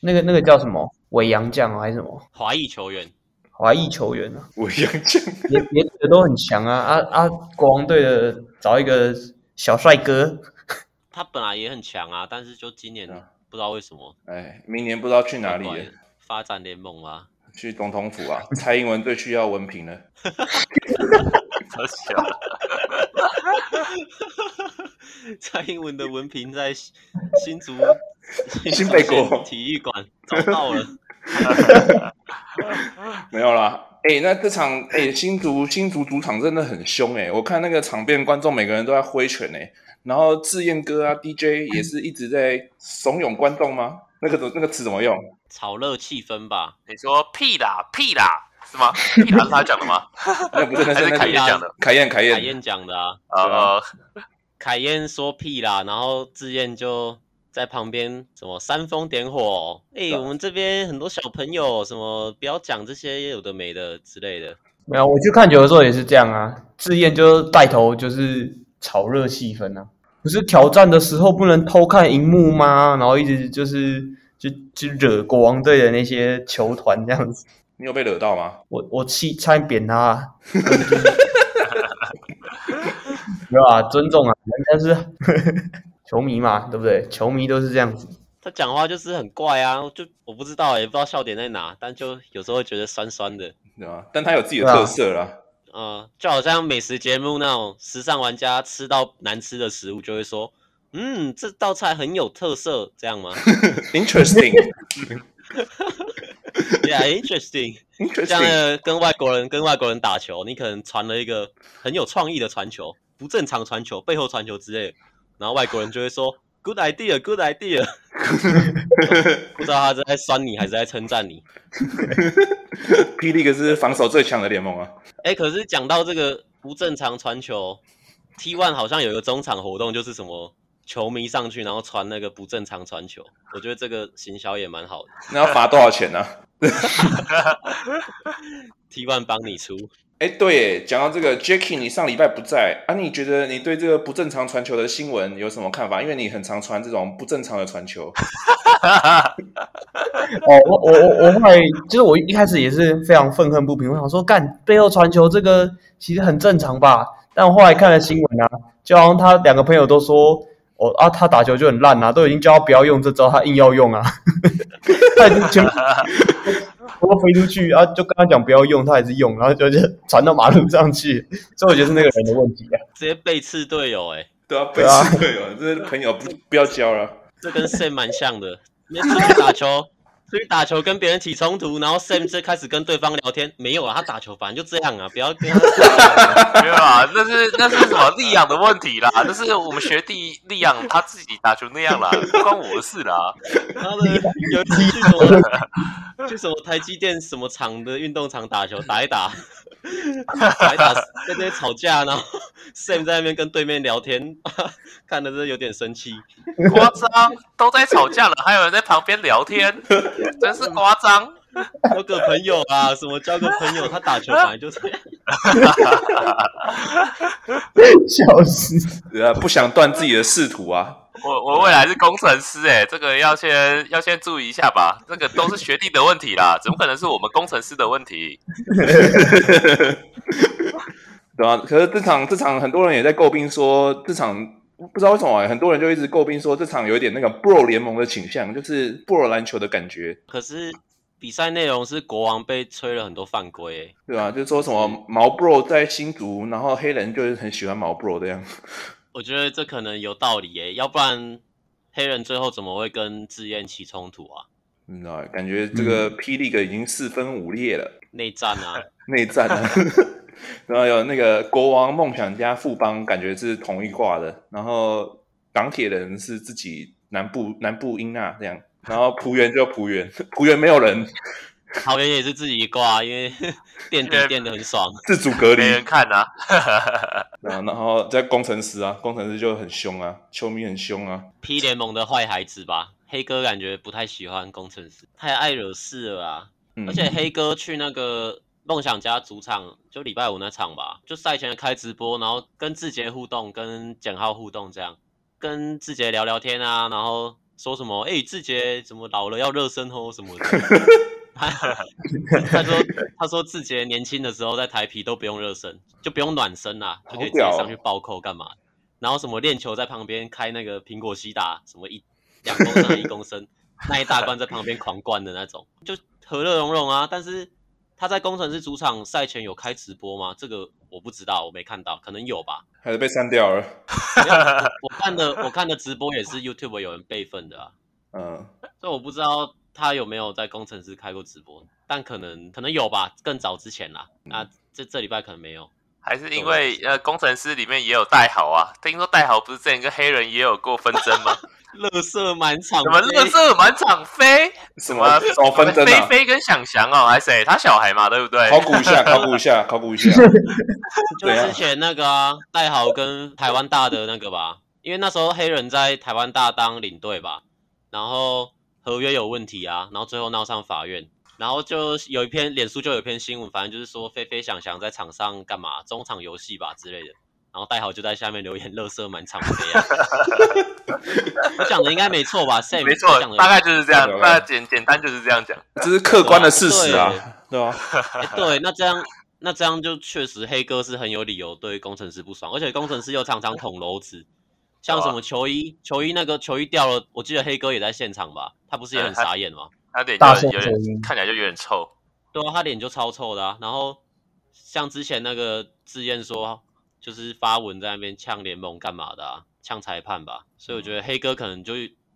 那个那个叫什么伪洋将哦还是什么
华裔球员，
华裔球员啊，
我杨
*laughs*
将，
别别的都很强啊啊啊！国王队的找一个小帅哥，
他本来也很强啊，但是就今年
啊
不知道为什么
哎，明年不知道去哪里
怪怪
了
的，发展联盟啊， *laughs*
去总统府啊？蔡英文最需要文凭了。
超小的
蔡英文的文凭在新新竹
新北国
竹县体育馆找到了，
没有啦，哎、那这场哎、新竹新竹主场真的很凶哎、我看那个场边观众每个人都在挥拳哎、然后志燕哥啊 DJ 也是一直在怂恿观众吗？那个怎那个词怎么用？
炒热气
*laughs*
氛吧。
你说屁啦屁啦是吗？屁啦是他讲的吗？
那不是那
还
是
是
那
凯
是
燕讲的？
凯燕凯
凯
燕，
燕讲的啊，
对啊
呃，
凯燕说屁啦，然后志燕就在旁边什么煽风点火，哎、
对啊
我们这边很多小朋友什么不要讲这些有的没的之类的，
没有我去看球的时候也是这样啊，志燕就带头就是炒热气氛啊，不是挑战的时候不能偷看荧幕吗？然后一直就是就就惹国王队的那些球团这样子。
你有被惹到吗？
我我气差点扁他、啊， *laughs* 没有啊，尊重啊，人家是 *laughs* 球迷嘛，对不对？球迷都是这样子，
他讲话就是很怪啊，就我不知道，也不知道笑点在哪，但就有时候会觉得酸酸的，
对吧？但他有自己的
啊
特色啦， *laughs*
呃，就好像美食节目那种时尚玩家吃到难吃的食物就会说，嗯，这道菜很有特色，这样吗 *laughs*
，interesting
？Yeah, interesting.
*laughs*
像
interesting，
呃，跟外国人跟外国人打球，你可能传了一个很有创意的传球，不正常传球、背后传球之类的，然后外国人就会说 *laughs* “good idea, good idea”，不知道他是在酸你还是在称赞你。 *laughs*
霹雳可是防守最强的联盟啊，
哎，可是讲到这个不正常传球，T One 好像有一个中场活动，就是什么球迷上去然后传那个不正常传球，我觉得这个行销也蛮好的
那要罚多少钱呢、啊
，T One 帮你出。
哎，对耶，讲到这个 Jacky，你上礼拜不在啊？你觉得你对这个不正常传球的新闻有什么看法？因为你很常传这种不正常的传球，
哦，我我我我后来就是我一开始也是非常愤恨不平，我想说干背后传球这个其实很正常吧，但我后来看了新闻啊，就好像他两个朋友都说。哦啊，他打球就很烂啊，都已经叫他不要用这招，他硬要用啊。 *laughs* 他已经全部
*laughs*
都飞出去啊，就跟他讲不要用，他还是用，然后就就传到马路上去，所以我觉得是那个人的问题啊。
直接背刺队友、欸，哎，
*laughs* 对啊，背
对啊
刺队友，这朋友不不要交了。
这跟 Sam 蛮像的。那出去打球，出去打球跟别人起冲突，然后 Sam 就开始跟对方聊天，没有啊，他打球反正就这样啊，不要跟他。
呃没有啦，那是那是什么利养的问题啦，那是我们学弟利养他自己打球那样啦，不关我的事啦。
然后呢，有一次去什么去什么台积电什么厂的运动场打球，打一打，打一打在那边吵架，然后 Sam 在那边跟对面聊天，看的真的有点生气。
夸张，都在吵架了，还有人在旁边聊天，真是夸张。
交个朋友啊，什么交个朋友，他打球本来就这样。
笑死！
对啊，不想断自己的仕途啊。
我我未来是工程师哎、这个要先要先注意一下吧，这个都是学弟的问题啦，怎么可能是我们工程师的问题？
对啊，可是这场这场很多人也在诟病说，这场不知道为什么、欸很多人就一直诟病说这场有一点那个 bro 联盟的倾向，就是 bro 篮球的感觉，
可是比赛内容是国王被吹了很多犯规、欸，
对吧、就是说什么毛 bro 在新竹，然后黑人就是很喜欢毛 bro 这样。
我觉得这可能有道理耶、要不然黑人最后怎么会跟志愿起冲突啊？
你知道，感觉这个霹雳 e 已经四分五裂了， *laughs*
内战啊，
内战啊。 *laughs* 然后有那个国王、梦想家、富邦，感觉是同一挂的。然后钢铁人是自己南部南部英纳这样，然后浦原就浦原，浦原没有人
桃园也是自己一挂，啊因为 *laughs* 垫底垫的很爽。
自主隔离
没，人看啊，
然后然后在工程师啊，工程师就很凶啊，球迷很凶啊，
P 联盟的坏孩子吧，黑哥感觉不太喜欢工程师，太爱惹事了啊。
嗯
而且黑哥去那个梦想家主场，就礼拜五那场吧，就赛前开直播，然后跟志杰互动，跟简浩互动，这样跟志杰聊聊天啊，然后说什么，哎、志杰怎么老了要热身哦什么的。
*laughs*
他他说他说志杰年轻的时候在台皮都不用热身，就不用暖身啦、就可以直接
好屌哦
上去暴扣干嘛？然后什么练球在旁边开那个苹果西打，什么一两公升一
*laughs*
公升，那一大罐在旁边狂灌的那种，就和乐融融啊。但是他在工程师主场赛前有开直播吗？这个我不知道，我没看到，可能有吧。
还是被删掉了。
我看的我看的直播也是 YouTube 有人备份的啊，
嗯，
所以我不知道他有没有在工程师开过直播，但可能可能有吧，更早之前啦。那这这礼拜可能没有。
还是因为
啊
呃工程师里面也有戴豪啊，听说戴豪不是之前跟黑人也有过纷争
*laughs*
吗？
乐色满场，
怎么乐色满场飞？
什么什么纷争
飞
啊？
飞跟想翔哦，还是谁？他小孩嘛，对不对？
考古一下，考古一下，考古一下。
就之前那个啊，戴豪跟台湾大的那个吧，因为那时候黑人在台湾大当领队吧，然后合约有问题啊，然后最后闹上法院，然后就有一篇脸书就有一篇新闻，反正就是说菲菲想想在场上干嘛，中场游戏吧之类的，然后戴豪就在下面留言，乐色满场飞
*laughs*
啊，我讲的应该没错吧？Sam
没错
讲，的
大概就是这样
对，对啊
大概简简单就是这样讲。
这是客观的事实啊，对吧、
哎
*laughs*
对，那这样那这样就确实黑哥是很有理由对工程师不爽，而且工程师又常常捅娄子，像
啊
什么球衣球衣那个球衣掉了，我记得黑哥也在现场吧，他不是也很
哎
嗯他
傻眼吗？
他脸
大
就
声
有
声
点
音，
看起来就有点臭。
对啊，他脸就超臭的啊。然后像之前那个志燕说，就是发文在那边呛联盟干嘛的啊，呛裁判吧，所以我觉得黑哥可能就。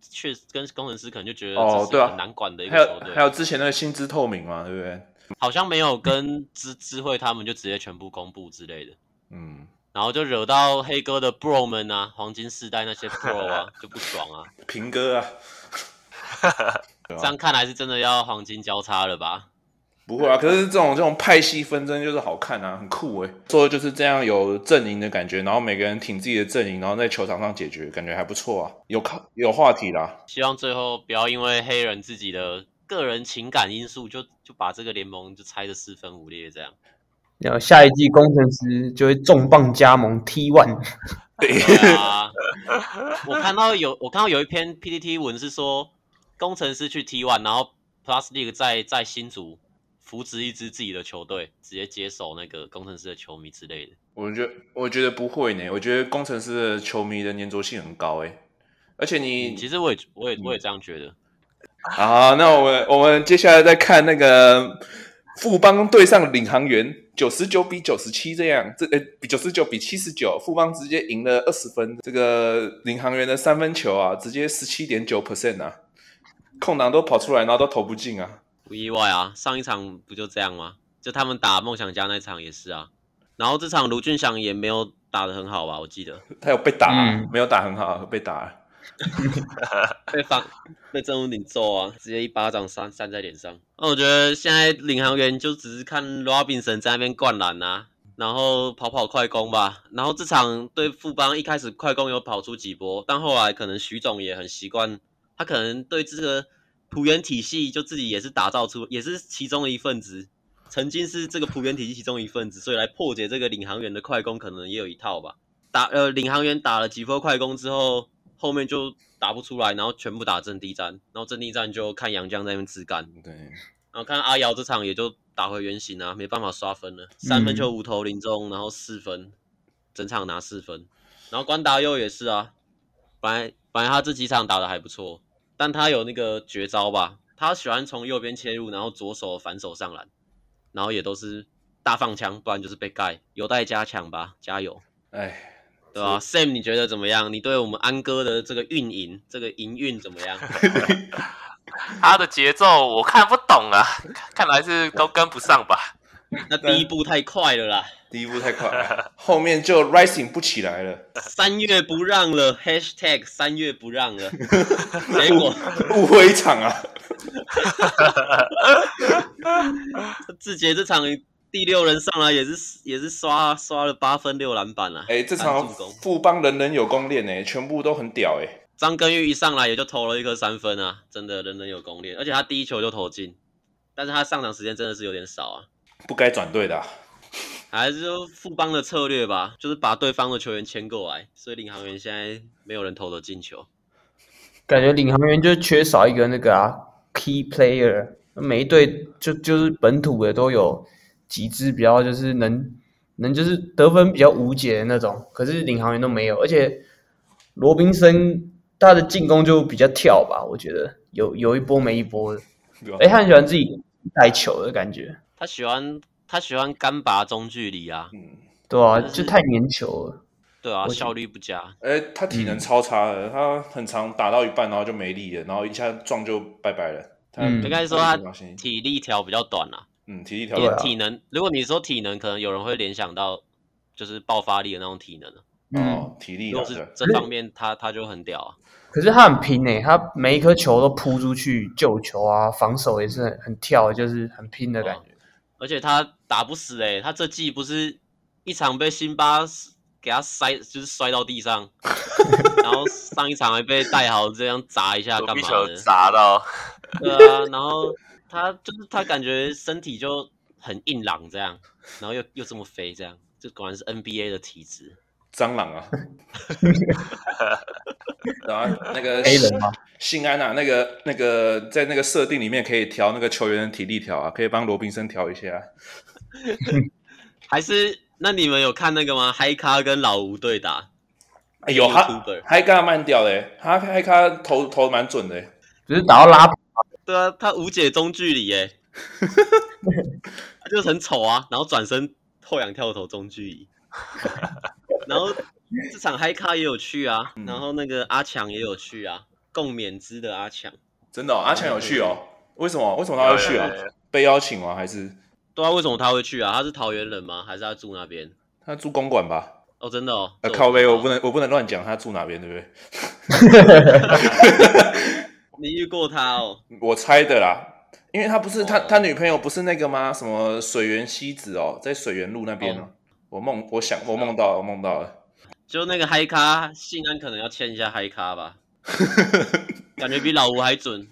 确实跟工程师可能就觉
嗯
得
哦
这
对
是
啊
很难管的一
还
个球
有
队，
还有之前那个薪资透明嘛，对不对？
好像没有跟知知会他们就直接全部公布之类的。
嗯，
然后就惹到黑哥的 bro 们啊，黄金世代那些 bro 啊就不爽啊。
平哥啊，对
这
吧
样看来是真的要黄金交叉了吧？
不会啊，可是这种这种派系纷争就是好看啊，很酷诶、说就是这样有阵营的感觉，然后每个人挺自己的阵营，然后在球场上解决，感觉还不错啊，有看有话题
*laughs*
啦。
希望最后不要因为黑人自己的个人情感因素就就把这个联盟就拆得四分五裂这样。
然后下一季工程师就会重磅加盟 T One，
对啊，我看到有我看到有一篇 PPT 文是说工程师去 T one，然后 Plus League 在在新竹扶植一支自己的球队，直接接手那个工程师的球迷之类的。
我觉得我觉得不会呢，我觉得工程欸师的球迷的粘着性很高诶、而且你
嗯其实我也我也我也这样觉得。
好，那我们我们接下来再看那个富邦对上领航员，九十九比九十七这样，这呃比九十九比七十九，富邦直接赢了二十分。这个领航员的三分球啊，直接十七点九 percent 啊，空档都跑出来，然后都投不进啊。
不意外啊，上一场不就这样吗？就他们打梦想家那场也是啊，然后这场卢俊祥也没有打得很好吧，我记得
他有被打、啊
嗯
没有打很好，被打啊了。
*laughs* 被防被郑文鼎揍啊，直接一巴掌扇扇在脸上。那我觉得现在领航员就只是看 Robinson 在那边灌篮啊，然后跑跑快攻吧。然后这场对富邦一开始快攻有跑出几波，但后来可能徐总也很习惯，他可能对这个浦原体系就自己也是打造出，也是其中的一份子。曾经是这个浦原体系其中一份子，所以来破解这个领航员的快攻，可能也有一套吧。打呃领航员打了几波快攻之后，后面就打不出来，然后全部打阵地战，然后阵地战就看杨绛在那边自干，
对，
然后看阿瑶这场也就打回原形啊，没办法刷分了，三分球五投零中，然后四分，整场拿四分，然后关达佑也是啊，本来本来他这几场打的还不错，但他有那个绝招吧，他喜欢从右边切入，然后左手反手上篮，然后也都是大放枪，不然就是被盖，有待加强吧，加油。
哎，
对啊，Sam，你觉得怎么样？你对我们安哥的这个运营、这个营运怎么样？
他的节奏我看不懂啊，看看来是都跟不上吧。
那第一步太快了啦，
第一步太快
*laughs*
了，后面就 rising 不起来了，
三月不让了，#hashtag 三月不让了，结果
误会一场啊。
志杰这场第六人上来也是也是刷刷了八分六篮板啊，
哎，这
三
场
助攻
富邦人人有功练呢、全部都很屌哎、
张根玉一上来也就投了一颗三分啊，真的人人有攻略，而且他第一球就投进，但是他上场时间真的是有点少啊。
不该转队的啊、
还是说富邦的策略吧，就是把对方的球员牵过来，所以领航员现在没有人投得进球。
感觉领航员就缺少一个那个啊 key player，每一队就就是本土的都有几支比较就是能能就是得分比较无解的那种，可是领航员都没有，而且罗宾森他的进攻就比较跳吧，我觉得有有一波没一波的，
对吧啊
哎、他很喜欢自己带球的感觉，
他喜欢他喜欢干拔中距离啊，
嗯，
对啊，
但是
就太粘球了，
对啊，
我
效率不佳。
哎、他体
嗯
能超差的，他很常打到一半然后就没力了，然后一下撞就拜拜了。他
嗯
应该说他
表现
体力条比较短啊，
嗯体力条
对
也
啊
体能。如果你说体能，可能有人会联想到就是爆发力的那种体能啊。
嗯，
哦体力
如
啊
果
对
是这方面，他他就很屌啊。
可是他很拼诶、他每一颗球都扑出去救球啊，防守也是很很跳，就是很拼的感
哦
觉。
而且他打不死哎、他这季不是一场被辛巴给他塞，就是摔到地
*laughs*
上，然后上一场还被戴豪这样砸一下
躲
干
避
嘛
球
的？
砸到， *laughs*
对啊，然后他就是他感觉身体就很硬朗这样，然后又又这么肥这样，这果然是 NBA 的体质。
蟑螂
*laughs*
啊，然后那个
A 人吗？
信安啊，那个那个在那个设定里面可以调那个球员的体力条啊，可以帮罗宾森调一下。啊
还是那你们有看那个吗？嗨咖跟老吴对打，
哎有哈
YouTuber
嗨咖慢掉嘞，哈嗨咖投投蛮准的欸，
只是打到拉
对啊，他无解中距离耶、他就是很丑啊，然后转身后仰跳投中距离，然后这场嗨咖也有去啊，然后那个阿强也有去啊，共勉之的阿强，
真的、哦。阿强有去哦，为什么？为什么他会去啊
有有有？
被邀请吗？还是
对啊，为什么他会去啊？他是桃园人吗？还是他住那边？
他住公馆吧？
哦，真的哦，
呃，
这
靠
不
背，
知道
我不能，我不能乱讲他住哪边，对不对？
你遇过他哦，
我猜的啦，因为他不是他
哦
他女朋友不是那个吗？什么水源西子哦，在水源路那边哦。我梦，我想，我梦到了，我梦到了。
就那个嗨咖，信安可能要签一下嗨咖
*laughs*
吧，感觉比老吴还准。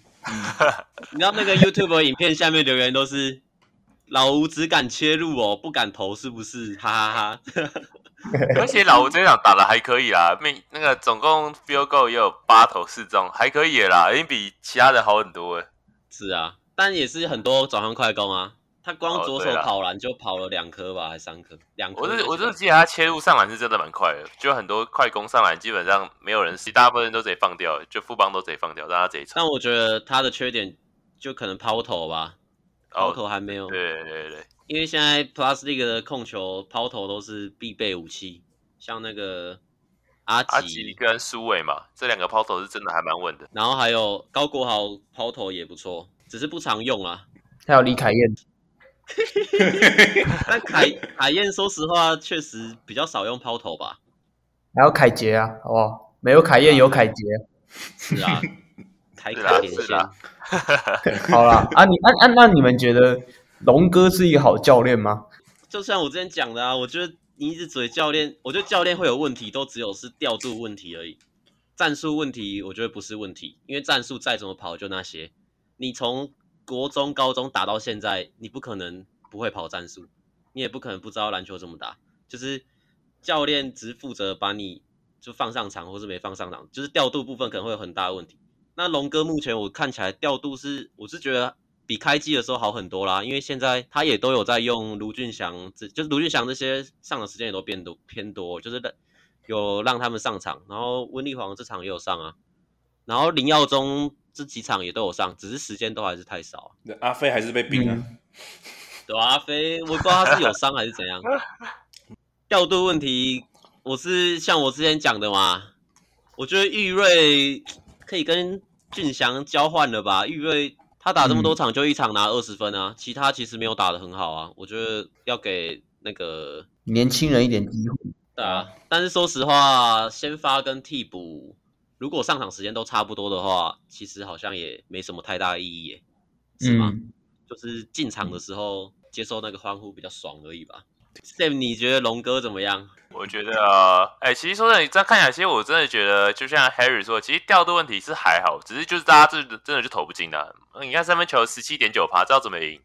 *laughs* 你知道那个 YouTube 影片下面留言都是老吴只敢切入哦，不敢投是不是？哈哈 *laughs* 哈
而且老吴这一场打的还可以啦，命那个总共 field goal 也有八投四中，还可以啦，已经比其他人好很多了。
是啊，但也是很多转换快攻啊。他光
哦
左手
对啦
跑篮就跑了两颗吧，还三颗，两颗
我
应该
是
是。
我是记得他切入上篮是真的蛮快的，就很多快攻上篮基本上没有人吸，大部分人都直接放掉，就富邦都直接放掉，让他直接传。
但我觉得他的缺点就可能抛投吧，抛
哦，
投还没有，
对对对对，
因为现在 Plus League 的控球抛投都是必备武器，像那个阿吉，
阿吉跟苏伟嘛，这两个抛投是真的还蛮稳的。
然后还有高国豪抛投也不错，只是不常用啊。
还有李凯燕，
但凯凯燕说实话确实比较少用抛投吧，
还有凯杰啊，好不好？没有凯燕有凯杰，
是
*laughs*
啊，凯
是啦
凯连
是
线
啦
好啦，啊你啊啊那你们觉得龙哥是一个好教练吗？
就像我之前讲的啊，我觉得你一直嘴教练，我觉得教练会有问题，都只有是调度问题而已。战术问题，我觉得不是问题，因为战术再怎么跑就那些。你从国中、高中打到现在，你不可能不会跑战术，你也不可能不知道篮球怎么打。就是教练只负责把你就放上场，或是没放上场，就是调度部分可能会有很大的问题。那龙哥目前我看起来调度是，我是觉得比开机的时候好很多啦，因为现在他也都有在用卢俊祥，这就是卢俊祥这些上的时间也都变多偏多，就是让有让他们上场，然后温丽煌这场也有上啊，然后林耀宗这几场也都有上，只是时间都还是太少、
阿飞还是被啊并了、
嗯
啊。对啊，阿飞，我不知道他是有伤还是怎样。调度问题，我是像我之前讲的嘛，我觉得玉瑞可以跟俊祥交换了吧。玉瑞他打这么多场，就一场拿二十分啊，其他其实没有打的很好啊。我觉得要给那个
年轻人一点机会，
对啊，但是说实话，先发跟替补如果上场时间都差不多的话，其实好像也没什么太大的意义耶，是吗？
嗯
就是进场的时候接受那个欢呼比较爽而已吧。Sam，你觉得龙哥怎么样？
我觉得，呃哎、其实说真的，你这样看起来，其实我真的觉得，就像 Harry 说，其实调度问题是还好，只是就是大家真的真的就投不进的。你看三分球十七点九趴，知道怎么赢，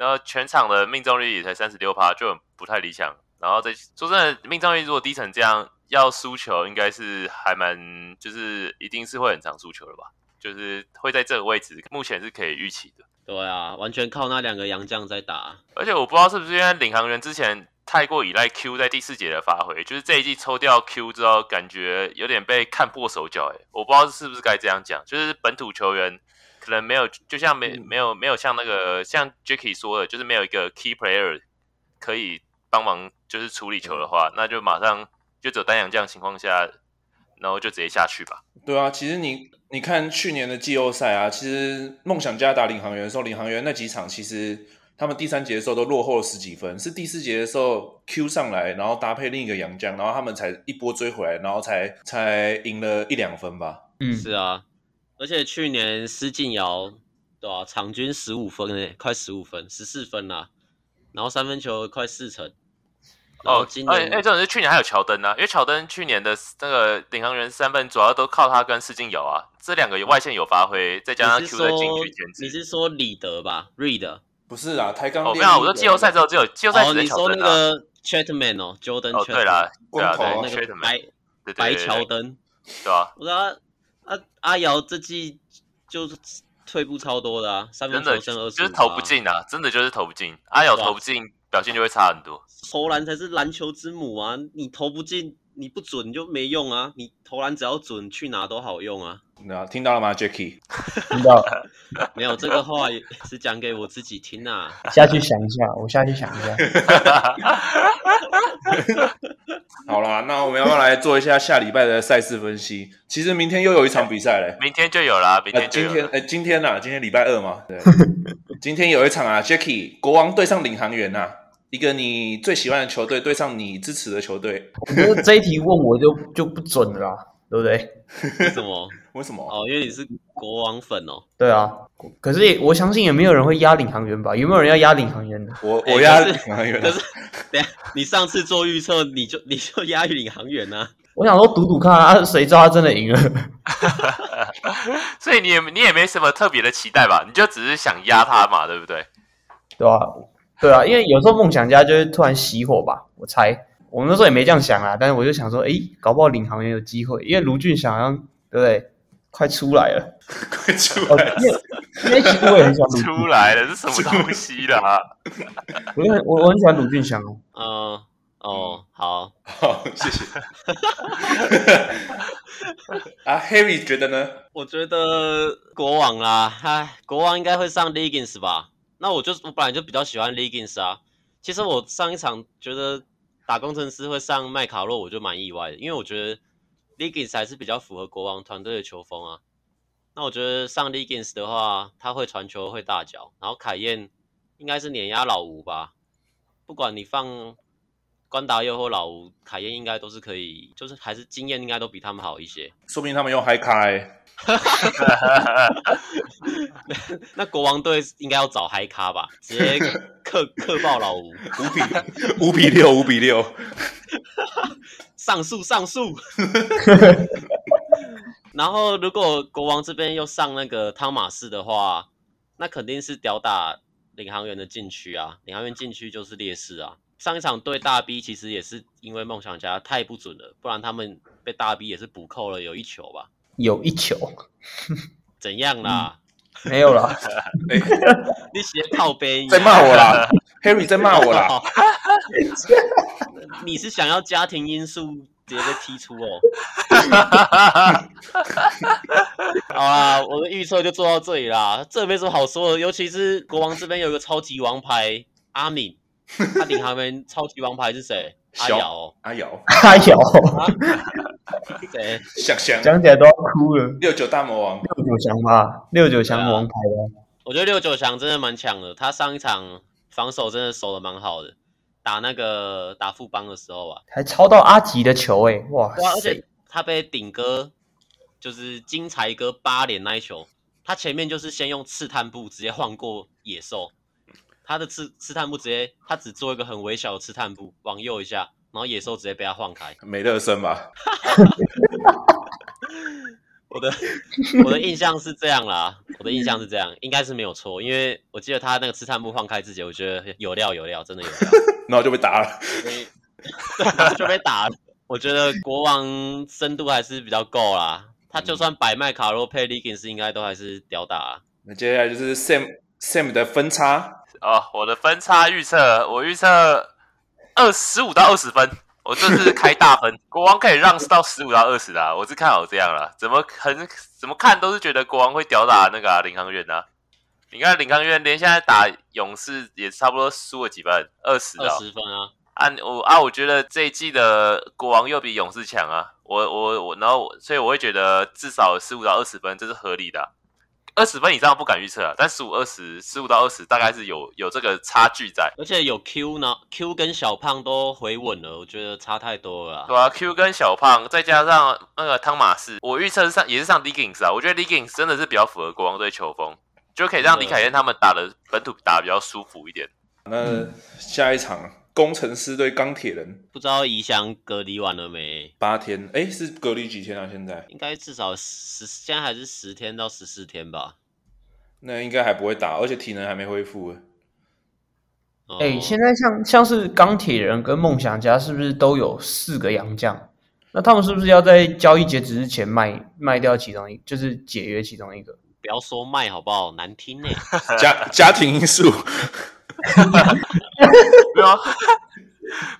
然后全场的命中率也才三十六趴，就很不太理想。然后再说真的，命中率如果低成这样，要输球应该是还蛮，就是一定是会很常输球的吧，就是会在这个位置，目前是可以预期的。
对啊，完全靠那两个洋将在打。
而且我不知道是不是因为领航员之前太过依赖 Q 在第四节的发挥，就是这一季抽掉 Q 之后，感觉有点被看破手脚。哎，我不知道是不是该这样讲，就是本土球员可能没有，就像没
嗯
没有没有像那个像 Jacky 说的，就是没有一个 key player 可以帮忙就是处理球的话，那就马上就走单阳这样的情况下，然后就直接下去吧。
对啊，其实你你看去年的季后赛啊，其实梦想家打领航员的时候，领航员那几场其实他们第三节的时候都落后了十几分，是第四节的时候 Q 上来，然后搭配另一个洋将，然后他们才一波追回来，然后才才赢了一两分吧。
嗯，
是啊，而且去年施晋尧对啊，场均十五分诶、快十五分，十四分啦、然后三分球快四成。然后
哦，
今
哎
年、
哎，这种是去年还有乔登啊，因为乔登去年的那个领航员三分主要都靠他跟施晋友啊，这两个外线有发挥，再加上
你是
Q 的
说
禁区减
你
持。
是说李德吧？Reed？
不是啊，台钢
哦，没
练
有啊，
那
我
个
说季后赛之后只有季后赛
哦，
只
你
是乔
说那
登啊。
个 Chatman 哦，Jordan
哦，
Chatman，，
对啦对啊，
光头啊
对，
那
缺
个
的
白
对对
白
对
乔
对
登，
对啊，
我说啊啊阿瑶这季就是退步超多的啊，三分
真
球
的
剩二十，
就是投不，进啊，真的就是投不进。阿瑶
对啊
投不进，表现就会差很多。
投篮才是篮球之母啊！你投不进，你不准就没用啊！你投篮只要准，去哪都好用啊！
啊，听到了吗，Jacky？
听到
没有这个话也是讲给我自己听啊，
下去想一下， *laughs* 我下去想一下。
好啦，那我们要不要来做一下下礼拜的赛事分析？其实明天又有一场比赛嘞。
明天就有啦，明
呃，今
天就有
天
了。
呃，今天呐、今天礼拜二嘛，
*laughs*
对，今天有一场啊，Jacky 国王对上领航员呐、啊一个你最喜欢的球队对上你支持的球队，
我觉得这一题问我就就不准了啦，对不对？
为什么？
为什么？
哦，因为你是国王粉哦。
对啊，可是也我相信也没有人会压领航员吧？有没有人要压领航员的？
我
哎
我压
可
领
是
航员、啊
可是，等一下你上次做预测，你就你就押运领航员啊？
我想说赌赌看啊，谁知道他真的赢了？
所以你也你也没什么特别的期待吧？你就只是想压他嘛，对
*laughs*
不对？
对吧、对啊，因为有时候梦想家就会突然熄火吧，我猜。我那时候也没这样想啊，但是我就想说，诶，搞不好领航员有机会，因为卢俊祥好像对不对？快出来了，
快出
哦
来了！
因为因为其实我也
*laughs*
很喜欢鲁
出来了，这什么东西啦？
我也很我我很喜欢鲁俊祥哦。
嗯，哦，好，
*laughs* 好，谢
*laughs*
谢。啊，Harry 觉得呢？
我觉得国王啦，唉，国王应该会上 Legins 吧？那我就我本来就比较喜欢 Legins 啊。其实我上一场觉得打工程师会上麦卡洛，我就蛮意外的，因为我觉得 Legins 还是比较符合国王团队的球风啊。那我觉得上 Legins 的话，他会传球，会大脚，然后凯燕应该是碾压老吴吧。不管你放关达佑或老吴，凯燕应该都是可以，就是还是经验应该都比他们好一些。
说明他们用 High 卡、欸。
那国王队应该要找嗨咖吧，直接克克爆老吴，
五比五比六，五比六。
上诉上诉。然后如果国王这边又上那个汤马士的话，那肯定是吊打领航员的禁区啊，领航员禁区就是劣势啊。上一场对大 B 其实也是因为梦想家太不准了，不然他们被大 B 也是补扣了有一球吧？
有一球
怎样啦？
没有啦，
哎、
你写靠背
在骂我啦，Harry 在骂我啦。
你是想要家庭因素直接被踢出哦？好啦，我的预测就做到这里啦，这没什么好说的。尤其是国王这边有一个超级王牌阿敏，他领航员超级王牌是谁？阿
小
瑶、哦，
阿瑶，
他有，
谁？
想想
讲起来都要哭了。
六九大魔王，
六九强吧，六九强王牌啊，
我觉得六九强真的蛮强的，他上一场防守真的守的蛮好的，打那个打副帮的时候啊，
还抄到阿吉的球哎、哇
哇，而
塞
且！他被顶哥就是金财哥八连那一球，他前面就是先用刺探步直接晃过野兽，他的刺刺探步直接他只做一个很微小的刺探步往右一下，然后野兽直接被他晃
*laughs*
开。
美乐生吧？
我的我的印象是这样啦，我的印象是这样，应该是没有错，因为我记得他那个刺探步晃开之前，我觉得有料有料，真的有料。
然后就被打了。
所以然后就被打了。我觉得国王深度还是比较够啦，他就算摆麦卡洛配 l i g i n s 应该都还是屌打啊、
那接下来就是 Sam Sam 的分差，
哦，我的分差预测，我预测二十五到二十分，我这次开大分， *laughs* 国王可以让到十五到二十啊啦，我是看好这样啦，怎么很怎么看都是觉得国王会吊打那个、啊、领航员啊。你看领航员连现在打勇士也差不多输了几分，二十
二
啊。
十分啊，
啊，我啊，我觉得这一季的国王又比勇士强啊。我我我，然后我所以我会觉得至少十五到二十分，这是合理的啊。二十分以上不敢预测啊，但十五、二十、十五到二十大概是有有这个差距在。
而且有 Q 呢，Q 跟小胖都回稳了，我觉得差太多了啦
对啊，Q 跟小胖，再加上那个汤马士，我预测是上也是上 Leggings 啊。我觉得 Leggings 真的是比较符合国王队球风，就可以让
真
李
的
凯燕他们打的本土打得比较舒服一点。
那下一场工程师对钢铁人
不知道怡翔隔离完了没？
八天，哎，是隔离几天啊？现在
应该至少十，现在还是十天到十四天吧。
那应该还不会打，而且体能还没恢复。
哦
哎、现在像像是钢铁人跟梦想家是不是都有四个洋将？那他们是不是要在交易截止之前卖卖掉其中一，就是解约其中一个？
不要说卖好不好，难听欸呢、
家家庭因素，
没有啊，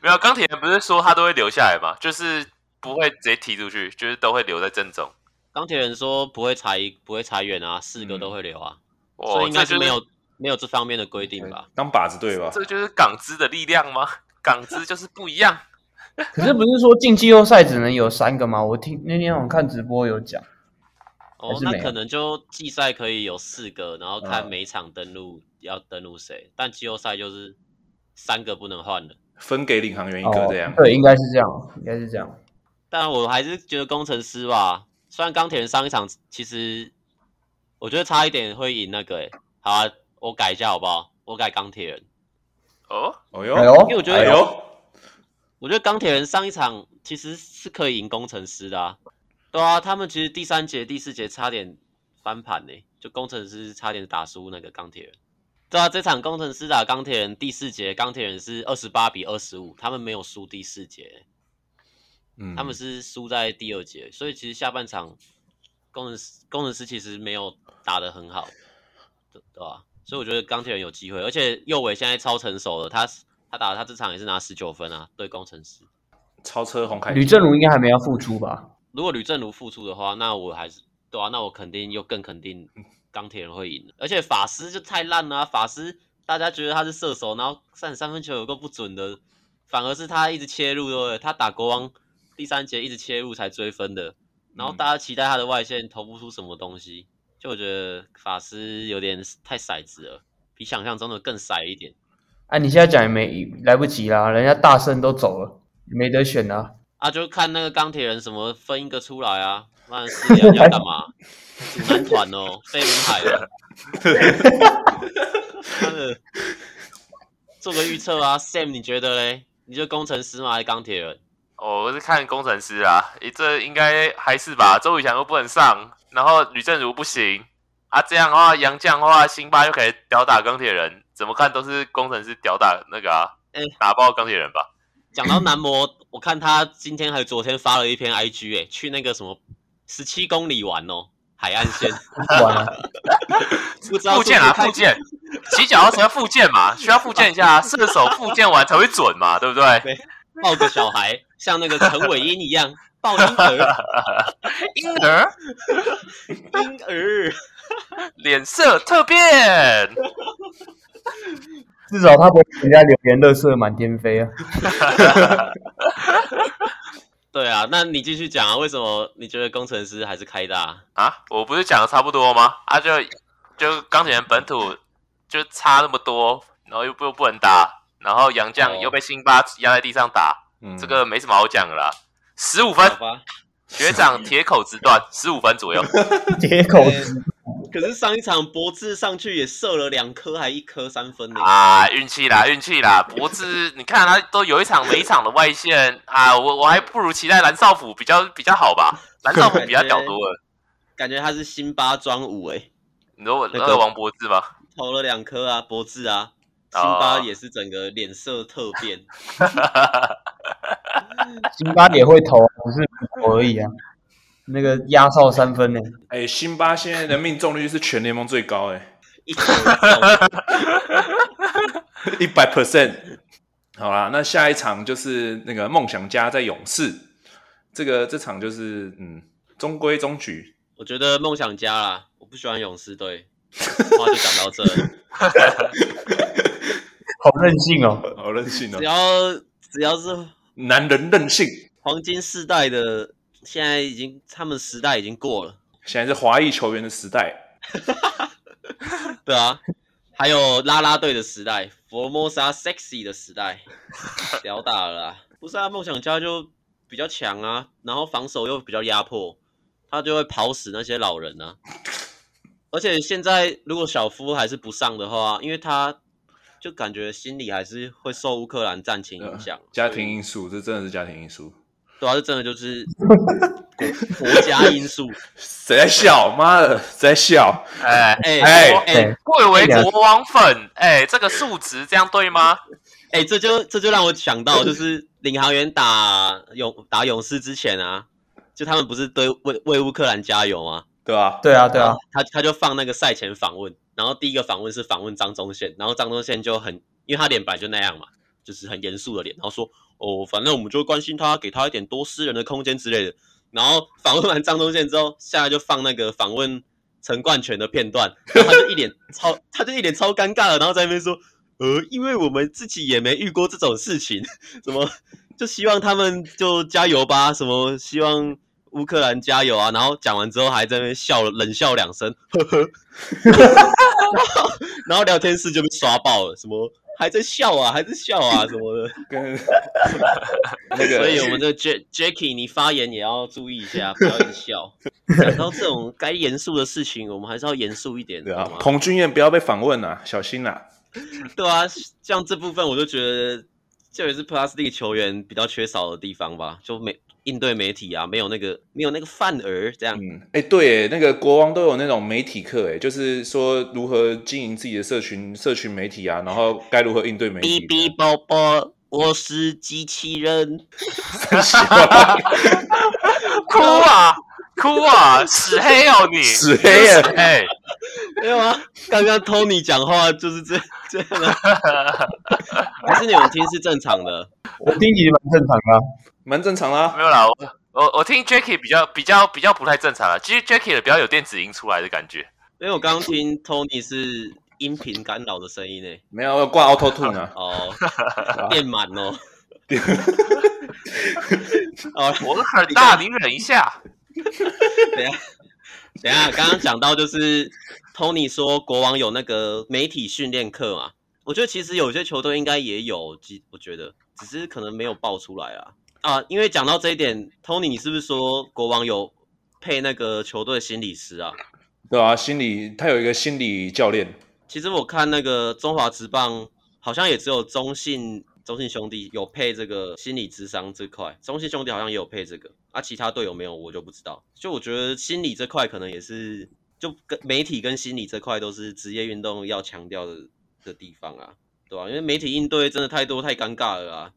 没有啊，钢铁人不是说他都会留下来嘛，就是不会直接踢出去，就是都会留在正中。
钢铁人说不会裁不会裁员啊，四个
嗯
都会留啊，所
哦，
以应该
这就是
没有没有这方面的规定吧？
当靶子对吧？
这就是港资的力量吗？港资就是不一样。
可是不是说进季后赛只能有三个吗？我听那天我看直播有讲，
哦
还，是
那
没有
可能就季赛可以有四个，然后看
嗯
每场登录要登录谁，但季后赛就是三个不能换了。
分给领航员一
哦
个这样。
对，应该是这样，应该是这样。
但我还是觉得工程师吧，虽然钢铁人上一场其实我觉得差一点会赢那个、欸，好、啊，我改一下好不好？我改钢铁人，
哦，
哦呦，
哎呦
因为我觉得
哎呦，
我觉得钢铁人上一场其实是可以赢工程师的啊，对啊，他们其实第三节、第四节差点翻盘呢、就工程师差点打输那个钢铁人。对啊，这场工程师打钢铁人第四节，钢铁人是二十八比二十五，他们没有输第四节，
嗯
他们是输在第二节，所以其实下半场工程师工程师其实没有打得很好，对对吧、所以我觉得钢铁人有机会，而且右伟现在超成熟了，他他打他这场也是拿十九分啊，对工程师。
超车红海，
吕正如应该还没要复出吧？
如果吕正如复出的话，那我还是对啊，那我肯定又更肯定钢铁人会赢。而且法师就太烂了啊、法师大家觉得他是射手，然后三三分球有个不准的，反而是他一直切入，对不对？他打国王第三节一直切入才追分的，然后大家期待他的外线投不出什么东西，就我觉得法师有点太骰子了，比想象中的更骰一点。
哎、你现在讲也没来不及啦，人家大圣都走了，没得选啦。
啊，就看那个钢铁人什么分一个出来啊，那四两要干嘛？组男团哦，飞轮海哦，妈的，做个预测啊，Sam 你觉得嘞？你觉得工程师吗？还是钢铁人？
哦我是看工程师啊，诶，这应该还是吧。周宇翔又不能上，然后吕正如不行啊，这样的话，杨绛的话，辛巴又可以吊打钢铁人，怎么看都是工程师吊打那个啊，
诶
打爆钢铁人吧。
讲到男模，我看他今天还有昨天发了一篇 IG，哎、去那个什么十七公里玩哦，海岸线，*laughs*
完了，
不知道
*laughs* 附件啊，
是不是太
附件，骑脚踏车附件嘛，需要附件一下、 *laughs* 啊，射手附件完才会准嘛，对不对？
抱个小孩，像那个陈伟英一样抱婴儿，
婴儿
婴儿。
脸色特变，
至少他不会给人家留言，乐色满天飞
*laughs*
啊。
对啊，那你继续讲啊，为什么你觉得工程师还是开大？
啊，我不是讲的差不多吗？啊就，就钢铁人本土就差那么多，然后又不又不能打，然后杨绛
哦
又被辛巴压在地上打，
嗯
这个没什么好讲的啦。十五分
好，吧，
学长铁口直断，十五分左右。
接口
可是上一场博智上去也射了两颗，还一颗三分呢。
啊，运气啦，运气啦！博智，你看他都有一场没一场的外线啊，我我还不如期待蓝少辅比较比较
*laughs*
好吧，蓝少辅比较屌多了。
感觉他是辛巴装五诶，
你说我
那个
那王博
*laughs*
智吗？
投了两颗啊，博智啊，
哦
辛巴也是整个脸色特变。
辛巴也会投，不是不投而已啊。那个压哨三分 *laughs* 呢、
哎，辛巴现在的命中率是全联盟最高哎，
一球一中
一百 percent。好啦，那下一场就是那个梦想家在勇士，这个这场就是嗯中规中矩，
我觉得梦想家啦，我不喜欢勇士队。话就讲到这了，
好任性哦！
好任性哦
只，要只要是
*laughs* 男人任性。
黄金世代的，现在已经他们时代已经过了。
现在是华裔球员的时代，
对啊，还有啦啦队的时代，佛摩沙 sexy 的时代，屌打了啦！不是啊，梦想家就比较强啊，然后防守又比较压迫，他就会跑死那些老人啊。而且现在如果小夫还是不上的话，因为他就感觉心里还是会受乌克兰战情影响，
呃家庭因素，这真的是家庭因素。
对啊，这真的就是国
*laughs*
国家因素。
谁在笑？妈的，谁在笑？
哎、
哎
哎
哎
贵为国王粉，哎、这个数值这样对吗？
哎、这就这就让我想到，就是领航员打勇打勇士之前啊，就他们不是对为为乌克兰加油吗？
对吧、
对啊，对啊，
他他就放那个赛前访问，然后第一个访问是访问张宗宪，然后张宗宪就很，因为他脸本来就那样嘛，就是很严肃的脸，然后说哦，反正我们就关心他，给他一点多私人的空间之类的。然后访问完张宗宪之后，下来就放那个访问陈冠权的片段，然后他就一脸超，他就一脸超尴尬的，然后在那边说，呃，因为我们自己也没遇过这种事情， *laughs* 什么就希望他们就加油吧，什么希望乌克兰加油啊！然后讲完之后还在那边笑了，冷笑两声， *laughs* 呵呵，然后然后聊天室就被刷爆了，什么还在笑啊，还在笑啊什么的。
跟 *laughs* 那个，
*laughs* 所以我们这 J Jacky，你发言也要注意一下，不要一直笑。讲到这种该严肃的事情，我们还是要严肃一点，
对
对
啊
吗，？
彭俊彦不要被访问啊，小心啦、
对啊，像这部分我就觉得，这也是 Plus D 球员比较缺少的地方吧，就没应对媒体啊，没有那个没有那个范儿这样。
嗯，哎、对耶，那个国王都有那种媒体课，哎，就是说如何经营自己的社群、社群媒体啊，然后该如何应对媒体。
哔哔啵啵，我是机器人。
哭啊，哭啊，死黑哦你，
死黑耶！啊
哎、
*laughs* 没有啊，刚刚 Tony 讲话就是这这样啊，还是你们听是正常的？
我听起蛮正常的啊、
*laughs* 蛮正常啊啦、
没有啦，我我我听 Jacky 比较比较比较不太正常啊，其实 Jacky 的比较有电子音出来的感觉。
因为我刚刚听 Tony 是音频干扰的声音呢。
没有要挂 Auto Tune 啊，
*laughs* 哦，变满 *laughs* 哦。哦，
我的很大，你忍一下。
等一下，等一下，刚刚讲到就是 Tony 说国王有那个媒体训练课嘛，我觉得其实有些球队应该也有，其我觉得只是可能没有爆出来啊啊，因为讲到这一点，Tony 你是不是说国王有配那个球队心理师啊？
对啊，心理他有一个心理教练，
其实我看那个中华职棒，好像也只有中信中信兄弟有配这个心理智商这块，中信兄弟好像也有配这个，啊，其他队有没有我就不知道。就我觉得心理这块可能也是，就跟媒体跟心理这块都是职业运动要强调的的地方啊，对吧、因为媒体应对真的太多太尴尬了啊，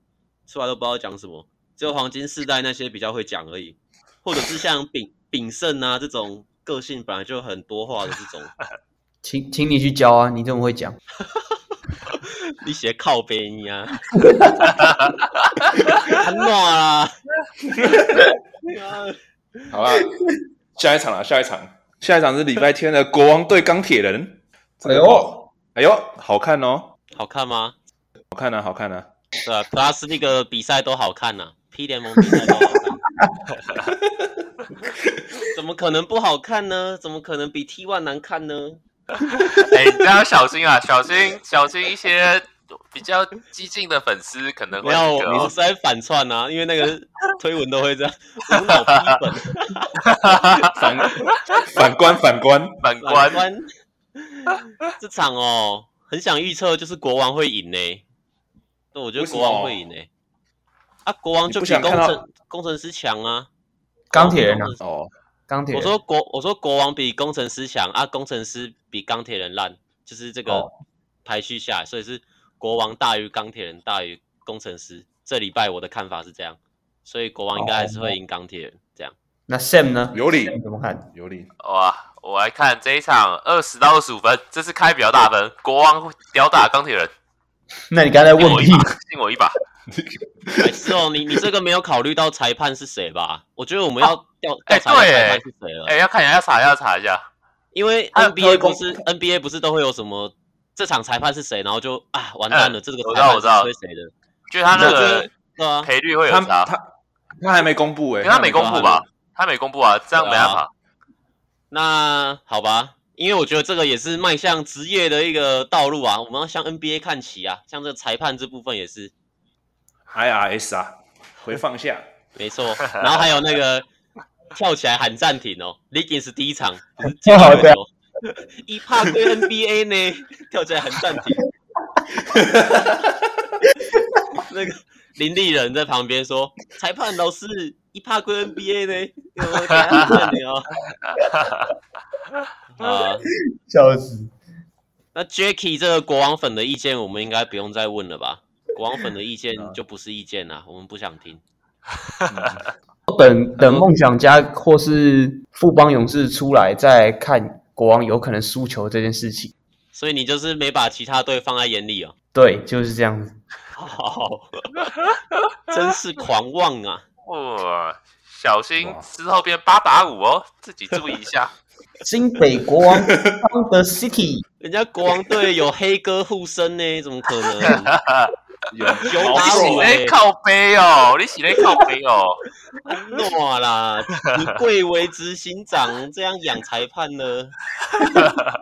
出来都不知道讲什么，只有黄金世代那些比较会讲而已，或者是像秉秉胜啊这种个性本来就很多话的这种。
请请你去教啊，你这么会讲，
你写靠背你啊，很暖啊！
好啦，下一场啦，下一场，下一场是礼拜天的国王对钢铁人。
哎呦，
哎呦，好看哦，
好看吗？
好看啊，好看啊，
对啊，Plus 那个比赛都好看呐、p 啊联盟比赛都好看，怎么可能不好看呢？怎么可能比 T1 难看呢？
哎、你大家要小心啊，小心小心一些比较激进的粉丝可能会
没有，
那个
我
哦、
是在反串啊，因为那个推文都会这样，无脑逼本。
反反观反观，
反
反观。
观 *laughs* 这场哦，很想预测就是国王会赢呢、对，我觉得国王会赢呢、啊，国王
你
就
不
比
想
工
看到
程工程师强啊。
钢铁人啊，
工程
哦，
钢铁
我
人。
说国，我说国王比工程师强啊，工程师比钢铁人烂，就是这个
哦
排序下来，所以是国王大于钢铁人大于工程师。这礼拜我的看法是这样，所以国王应该还是会赢钢铁人。这样，
那 Sam 呢？
有理
Sam 怎么看？
有理，
哇，我来看这一场二十到二十五分，这次开比较大分，国王吊打钢铁人，
那你刚才问
信我
屁
一？
啊
把，信我一把。
白痴哦，你你这个没有考虑到裁判是谁吧？我觉得我们要调调
哎
查一下
对
裁
哎
判是谁了。
哎、要看一下，要查一下，要查一下。
因为
他他会
NBA
公
不是 NBA 不是都会有什么这场裁判是谁，然后就啊完蛋了，这个
嗯我知
裁
道
判
我
是
知道
吹谁的？
就是他那个
对啊，
赔率会有
他
差，
他他还没公布哎、
因为他没公布
吧？
吧？他没公布啊，这样没办法。
那好吧，因为我觉得这个也是迈向职业的一个道路啊，我们要向 NBA 看齐啊，像这裁判这部分也是
IRS 啊，回放下。
没错，然后还有那个跳起来喊暂停哦 l i g g i n s 第一场
最好的，
一怕归 NBA 呢，跳起来喊暂停。那个林立人在旁边说：“裁判老师，一怕归 NBA 呢，我给他喊暂停哦。”啊，
笑死！
那 Jacky 这个国王粉的意见，我们应该不用再问了吧？国王粉的意见就不是意见啦，我们不想听。
等等，梦想家或是富邦勇士出来再看国王有可能输球这件事情。
所以你就是没把其他队放在眼里哦。
对，就是这样子。
好， *laughs* 真是狂妄啊！
哇、小心之后变八打五哦，自己注意一下。
新北国王方的 *laughs* City
人家国王队有黑哥护身呢，怎么可能？
*laughs* 有
*laughs* 有
毛
打
肉
你洗
我欸
啊
那靠背哦，你洗那靠背哦。
诺啊啦，你贵为执行长，这样养裁判呢？ *laughs*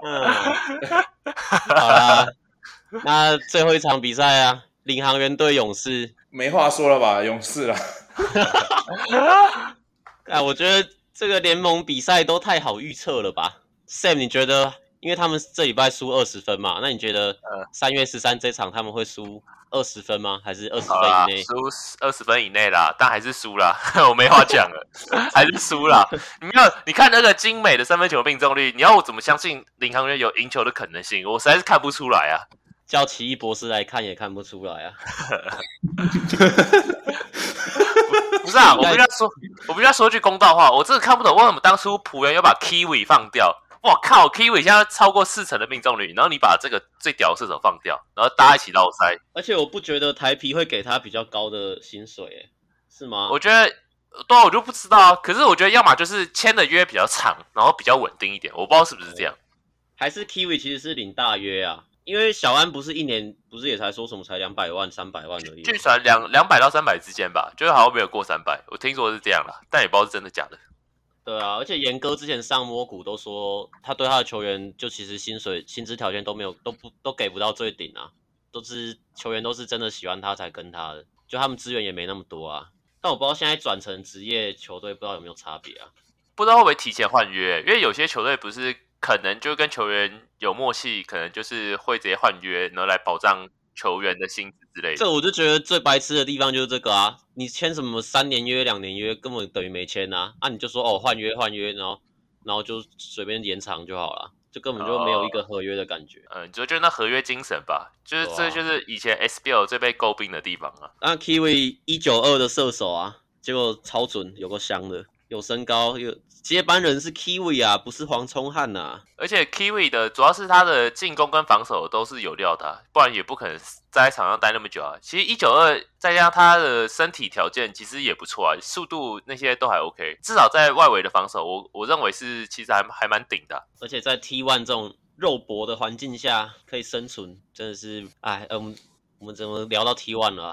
嗯，好啦，那最后一场比赛啊，领航员对勇士，
没话说了吧？勇士啦，
*laughs* 啊，我觉得这个联盟比赛都太好预测了吧？Sam，你觉得，因为他们这礼拜输二十分嘛，那你觉得
呃
三月十三这场他们会输二十分吗？还是二十
好啦
分以内，？
输二十分以内啦，但还是输啦， *laughs* 我没话讲了， *laughs* 还是输啦。你要你看那个精美的三分球命中率，你要我怎么相信领航员有赢球的可能性？我实在是看不出来啊。
叫奇异博士来看也看不出来啊。
不
*laughs*
是啊，我
应该
必须要说，我必须要说句公道话，我真的看不懂为什么当初浦原要把 Kiwi 放掉，我靠，Kiwi 现在超过四成的命中率，然后你把这个最屌的射手放掉，然后大家一起绕塞，
而且我不觉得台皮会给他比较高的薪水，诶，是吗？
我觉得。对啊，我就不知道啊。可是我觉得，要么就是签的约比较长，然后比较稳定一点。我不知道是不是这样。
还是 Kiwi 其实是领大约啊，因为小安不是一年不是也才说什么才两百万、三百万而已吗，啊
据传两两百到三百之间吧，就是好像没有过三百。我听说是这样啦，但也不知道是真的假的。
对啊，而且严哥之前上摸骨都说，他对他的球员就其实薪水、薪资条件都没有，都不都给不到最顶啊，都是球员都是真的喜欢他才跟他的，就他们资源也没那么多啊。但我不知道现在转成职业球队，不知道有没有差别啊？
不知道会不会提前换约，因为有些球队不是可能就跟球员有默契，可能就是会直接换约，然后来保障球员的薪资之类的。
这我就觉得最白痴的地方就是这个啊！你签什么三年约、两年约，根本等于没签啊！啊，你就说哦换约换约，然后然后就随便延长就好了，啊就根本就没有一个合约的感觉。
嗯，你说就是那合约精神吧，就是
对
这
啊
就是以前 SBL 最被诟病的地方啊。
那 Kiwi 一九二的射手啊，结果超准，有个香的，有身高，有接班人是 Kiwi 啊，不是黄聪汉呐、啊。
而且 Kiwi 的主要是他的进攻跟防守都是有料的啊、不然也不可能在场上待那么久啊。其实一九二再加上他的身体条件其实也不错啊，速度那些都还 OK，至少在外围的防守，我我认为是其实还还蛮顶的啊、
而且在 T one 这种肉搏的环境下可以生存，真的是哎，呃我们我们怎么聊到 T one 了、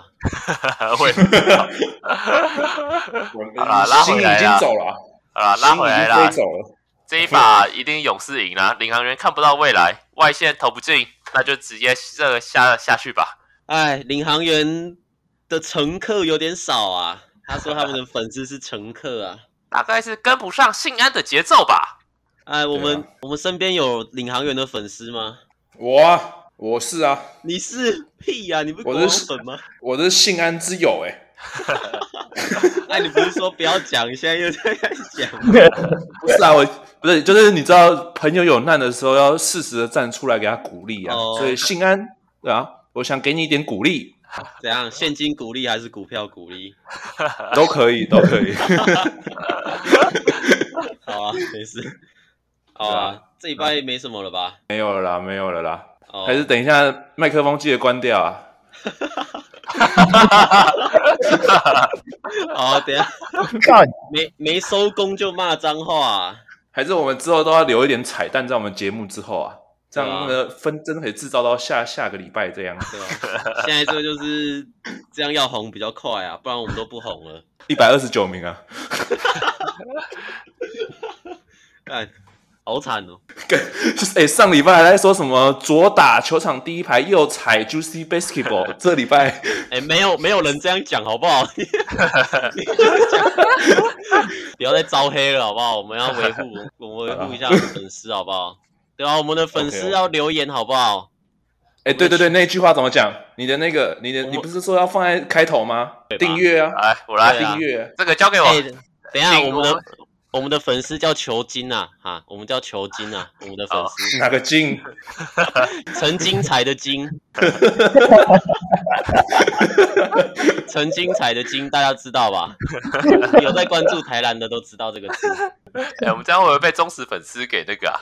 啊？
我也不知道 *laughs* 好啦拉
心
回
已
来
经
啦
走了，
好啦，拉回来
心已经
啦
飞，走了。
这一把一定勇士赢啦。领航员看不到未来，外线投不进，那就直接这个下下去吧。
哎，领航员的乘客有点少啊，他说他们的粉丝是乘客啊。
大概是跟不上信安的节奏吧。
哎，我们、
*laughs* 对啊
我们身边有领航员的粉丝吗？
我啊，我是啊，
你是屁啊呀、你不是
我
国
是
王
*laughs*
粉吗？
我是信安之友哎、
哎，你不是说不要讲，现在又在讲。
不是啊，我不是，就是你知道，朋友有难的时候要适时的站出来给他鼓励啊。
哦
所以信安，对啊，我想给你一点鼓励，
*laughs* 怎样？现金鼓励还是股票鼓励？
都可以，都可以。 *laughs*
好啊，没事。好
对
啊，这礼拜没什么了吧？
没有了啦，没有了啦，
哦，
还是等一下麦克风记得关掉啊。
好啊，等一下
干
没没收工就骂脏话啊、
还是我们之后都要留一点彩蛋在我们节目之后啊，这样那
对
个纷争可以制造到下下个礼拜这样。*laughs*
对吧？现在这个就是这样要红比较快啊，不然我们都不红了。
一百二十九名啊， *laughs*
看，好惨哦。
哎、上礼拜还在说什么左打球场第一排，右踩 Juicy
*laughs*
Basketball，这礼拜
哎、没有没有人这样讲好不好？ *laughs* 不要再招黑了好不好？我们要维护我们维护一下我们粉丝好不好？对啊，我们的粉丝
*laughs* OK，OK
要留言好不好？
哎、对对对，那一句话怎么讲？你的那个，你的，
我
你不是说要放在开头吗？订阅啊，
来，我
对啊
来，
订阅、
这个交给我。
哎、等一下，
进
我们
攻
的我们的粉丝叫球精啊，哈，我们叫球精
*laughs*
啊，我们的粉丝
哪个金？
陈金财的
*laughs*
金，陈金财的金，大家知道
*laughs*
吧？有在关注台篮的都知道这个字，
哎、我们这样会不会被忠实粉丝给那个啊？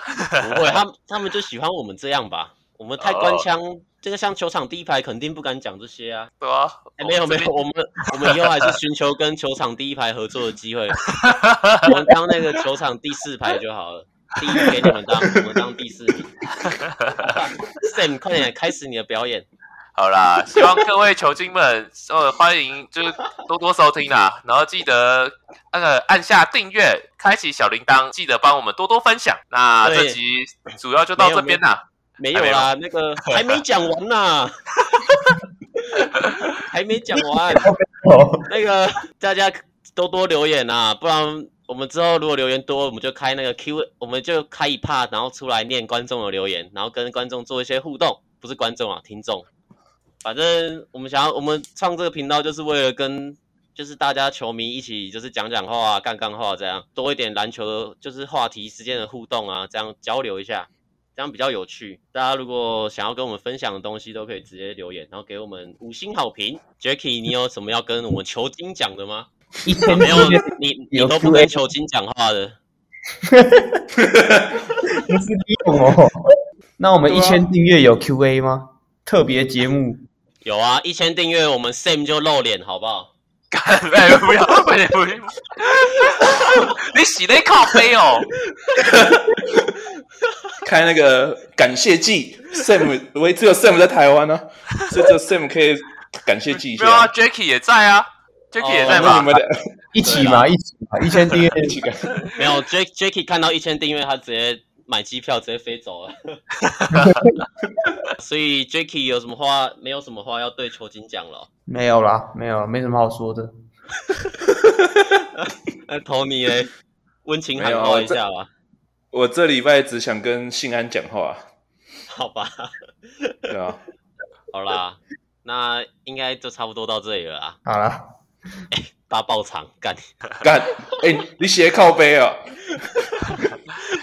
不会，他们他们就喜欢我们这样吧？我们太官腔，
哦
这个像球场第一排肯定不敢讲这些啊。
对啊，
哎、没有
我
没
们
有，
这边
*laughs* 我们我们以后还是寻求跟球场第一排合作的机 *laughs* 会，我们当那个球场第四排就好了。第一给你们当，我们当第四 *laughs* 名。Sam，快点开始你的表演。
好啦，希望各位球精们，呃，欢迎就是多多收听啦，然后记得那个按下订阅，开启小铃铛，记得帮我们多多分享。那
对
这集主要就到这边啦，
没有啦，那个还没讲完 *laughs* 呢，还没讲完。
哦，
那个大家多多留言啊，不然我们之后如果留言多，我们就开那个 Q，我们就开一 part，然后出来念观众的留言，然后跟观众做一些互动，不是观众啊，听众。反正我们想要，我们创这个频道就是为了跟就是大家球迷一起就是讲讲话啊，干干话这样，多一点篮球的就是话题之间的互动啊，这样交流一下。这样比较有趣。大家如果想要跟我们分享的东西，都可以直接留言，然后给我们五星好评。Jacky，你有什么要跟我们球精讲的吗？
一千
没有
字，
你你
有
都不
Q&A
跟球精讲话的。
不是利用哦。 *laughs* 那我们
对
一
啊
千订阅有 Q&A 吗？特别节目
有啊，一千订阅我们 Sam 就露脸好不好？
干，哎，不要，不要，不要！你洗那靠背哦，
开那个感谢祭，Sam，我只有 Sam 在台湾呢、啊，所以只有 Sam 可以感谢祭一
没有啊
下。
，Jacky 也在啊，Jacky 也
那
在
哦
吧
你？们的
一起嘛，一起嘛，一千订阅
*laughs* 一起感
没有 Jack Jacky 看到一千订阅，他直接买机票直接飞走了。所以 Jacky 有什么话没有什么话要对球精讲了哦？
没有啦，没有，没什么好说的。
那 Tony 嘞，温情
没
喊
有啊
话一
这
下吧，
我这礼拜只想跟信安讲话，
好吧，
对啊，
好啦，那应该就差不多到这里了啦。
好啦，
大爆场干，
干，哎、你写靠背啊，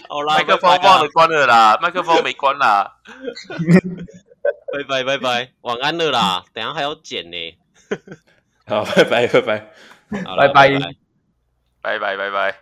好啦，
麦克
拜拜
风
啊
忘了关了啦，麦克风没关啦。
拜拜拜拜，晚安了啦，等一下还要剪呢。
好，拜拜，拜拜。
好啦
拜拜
拜
拜拜拜拜。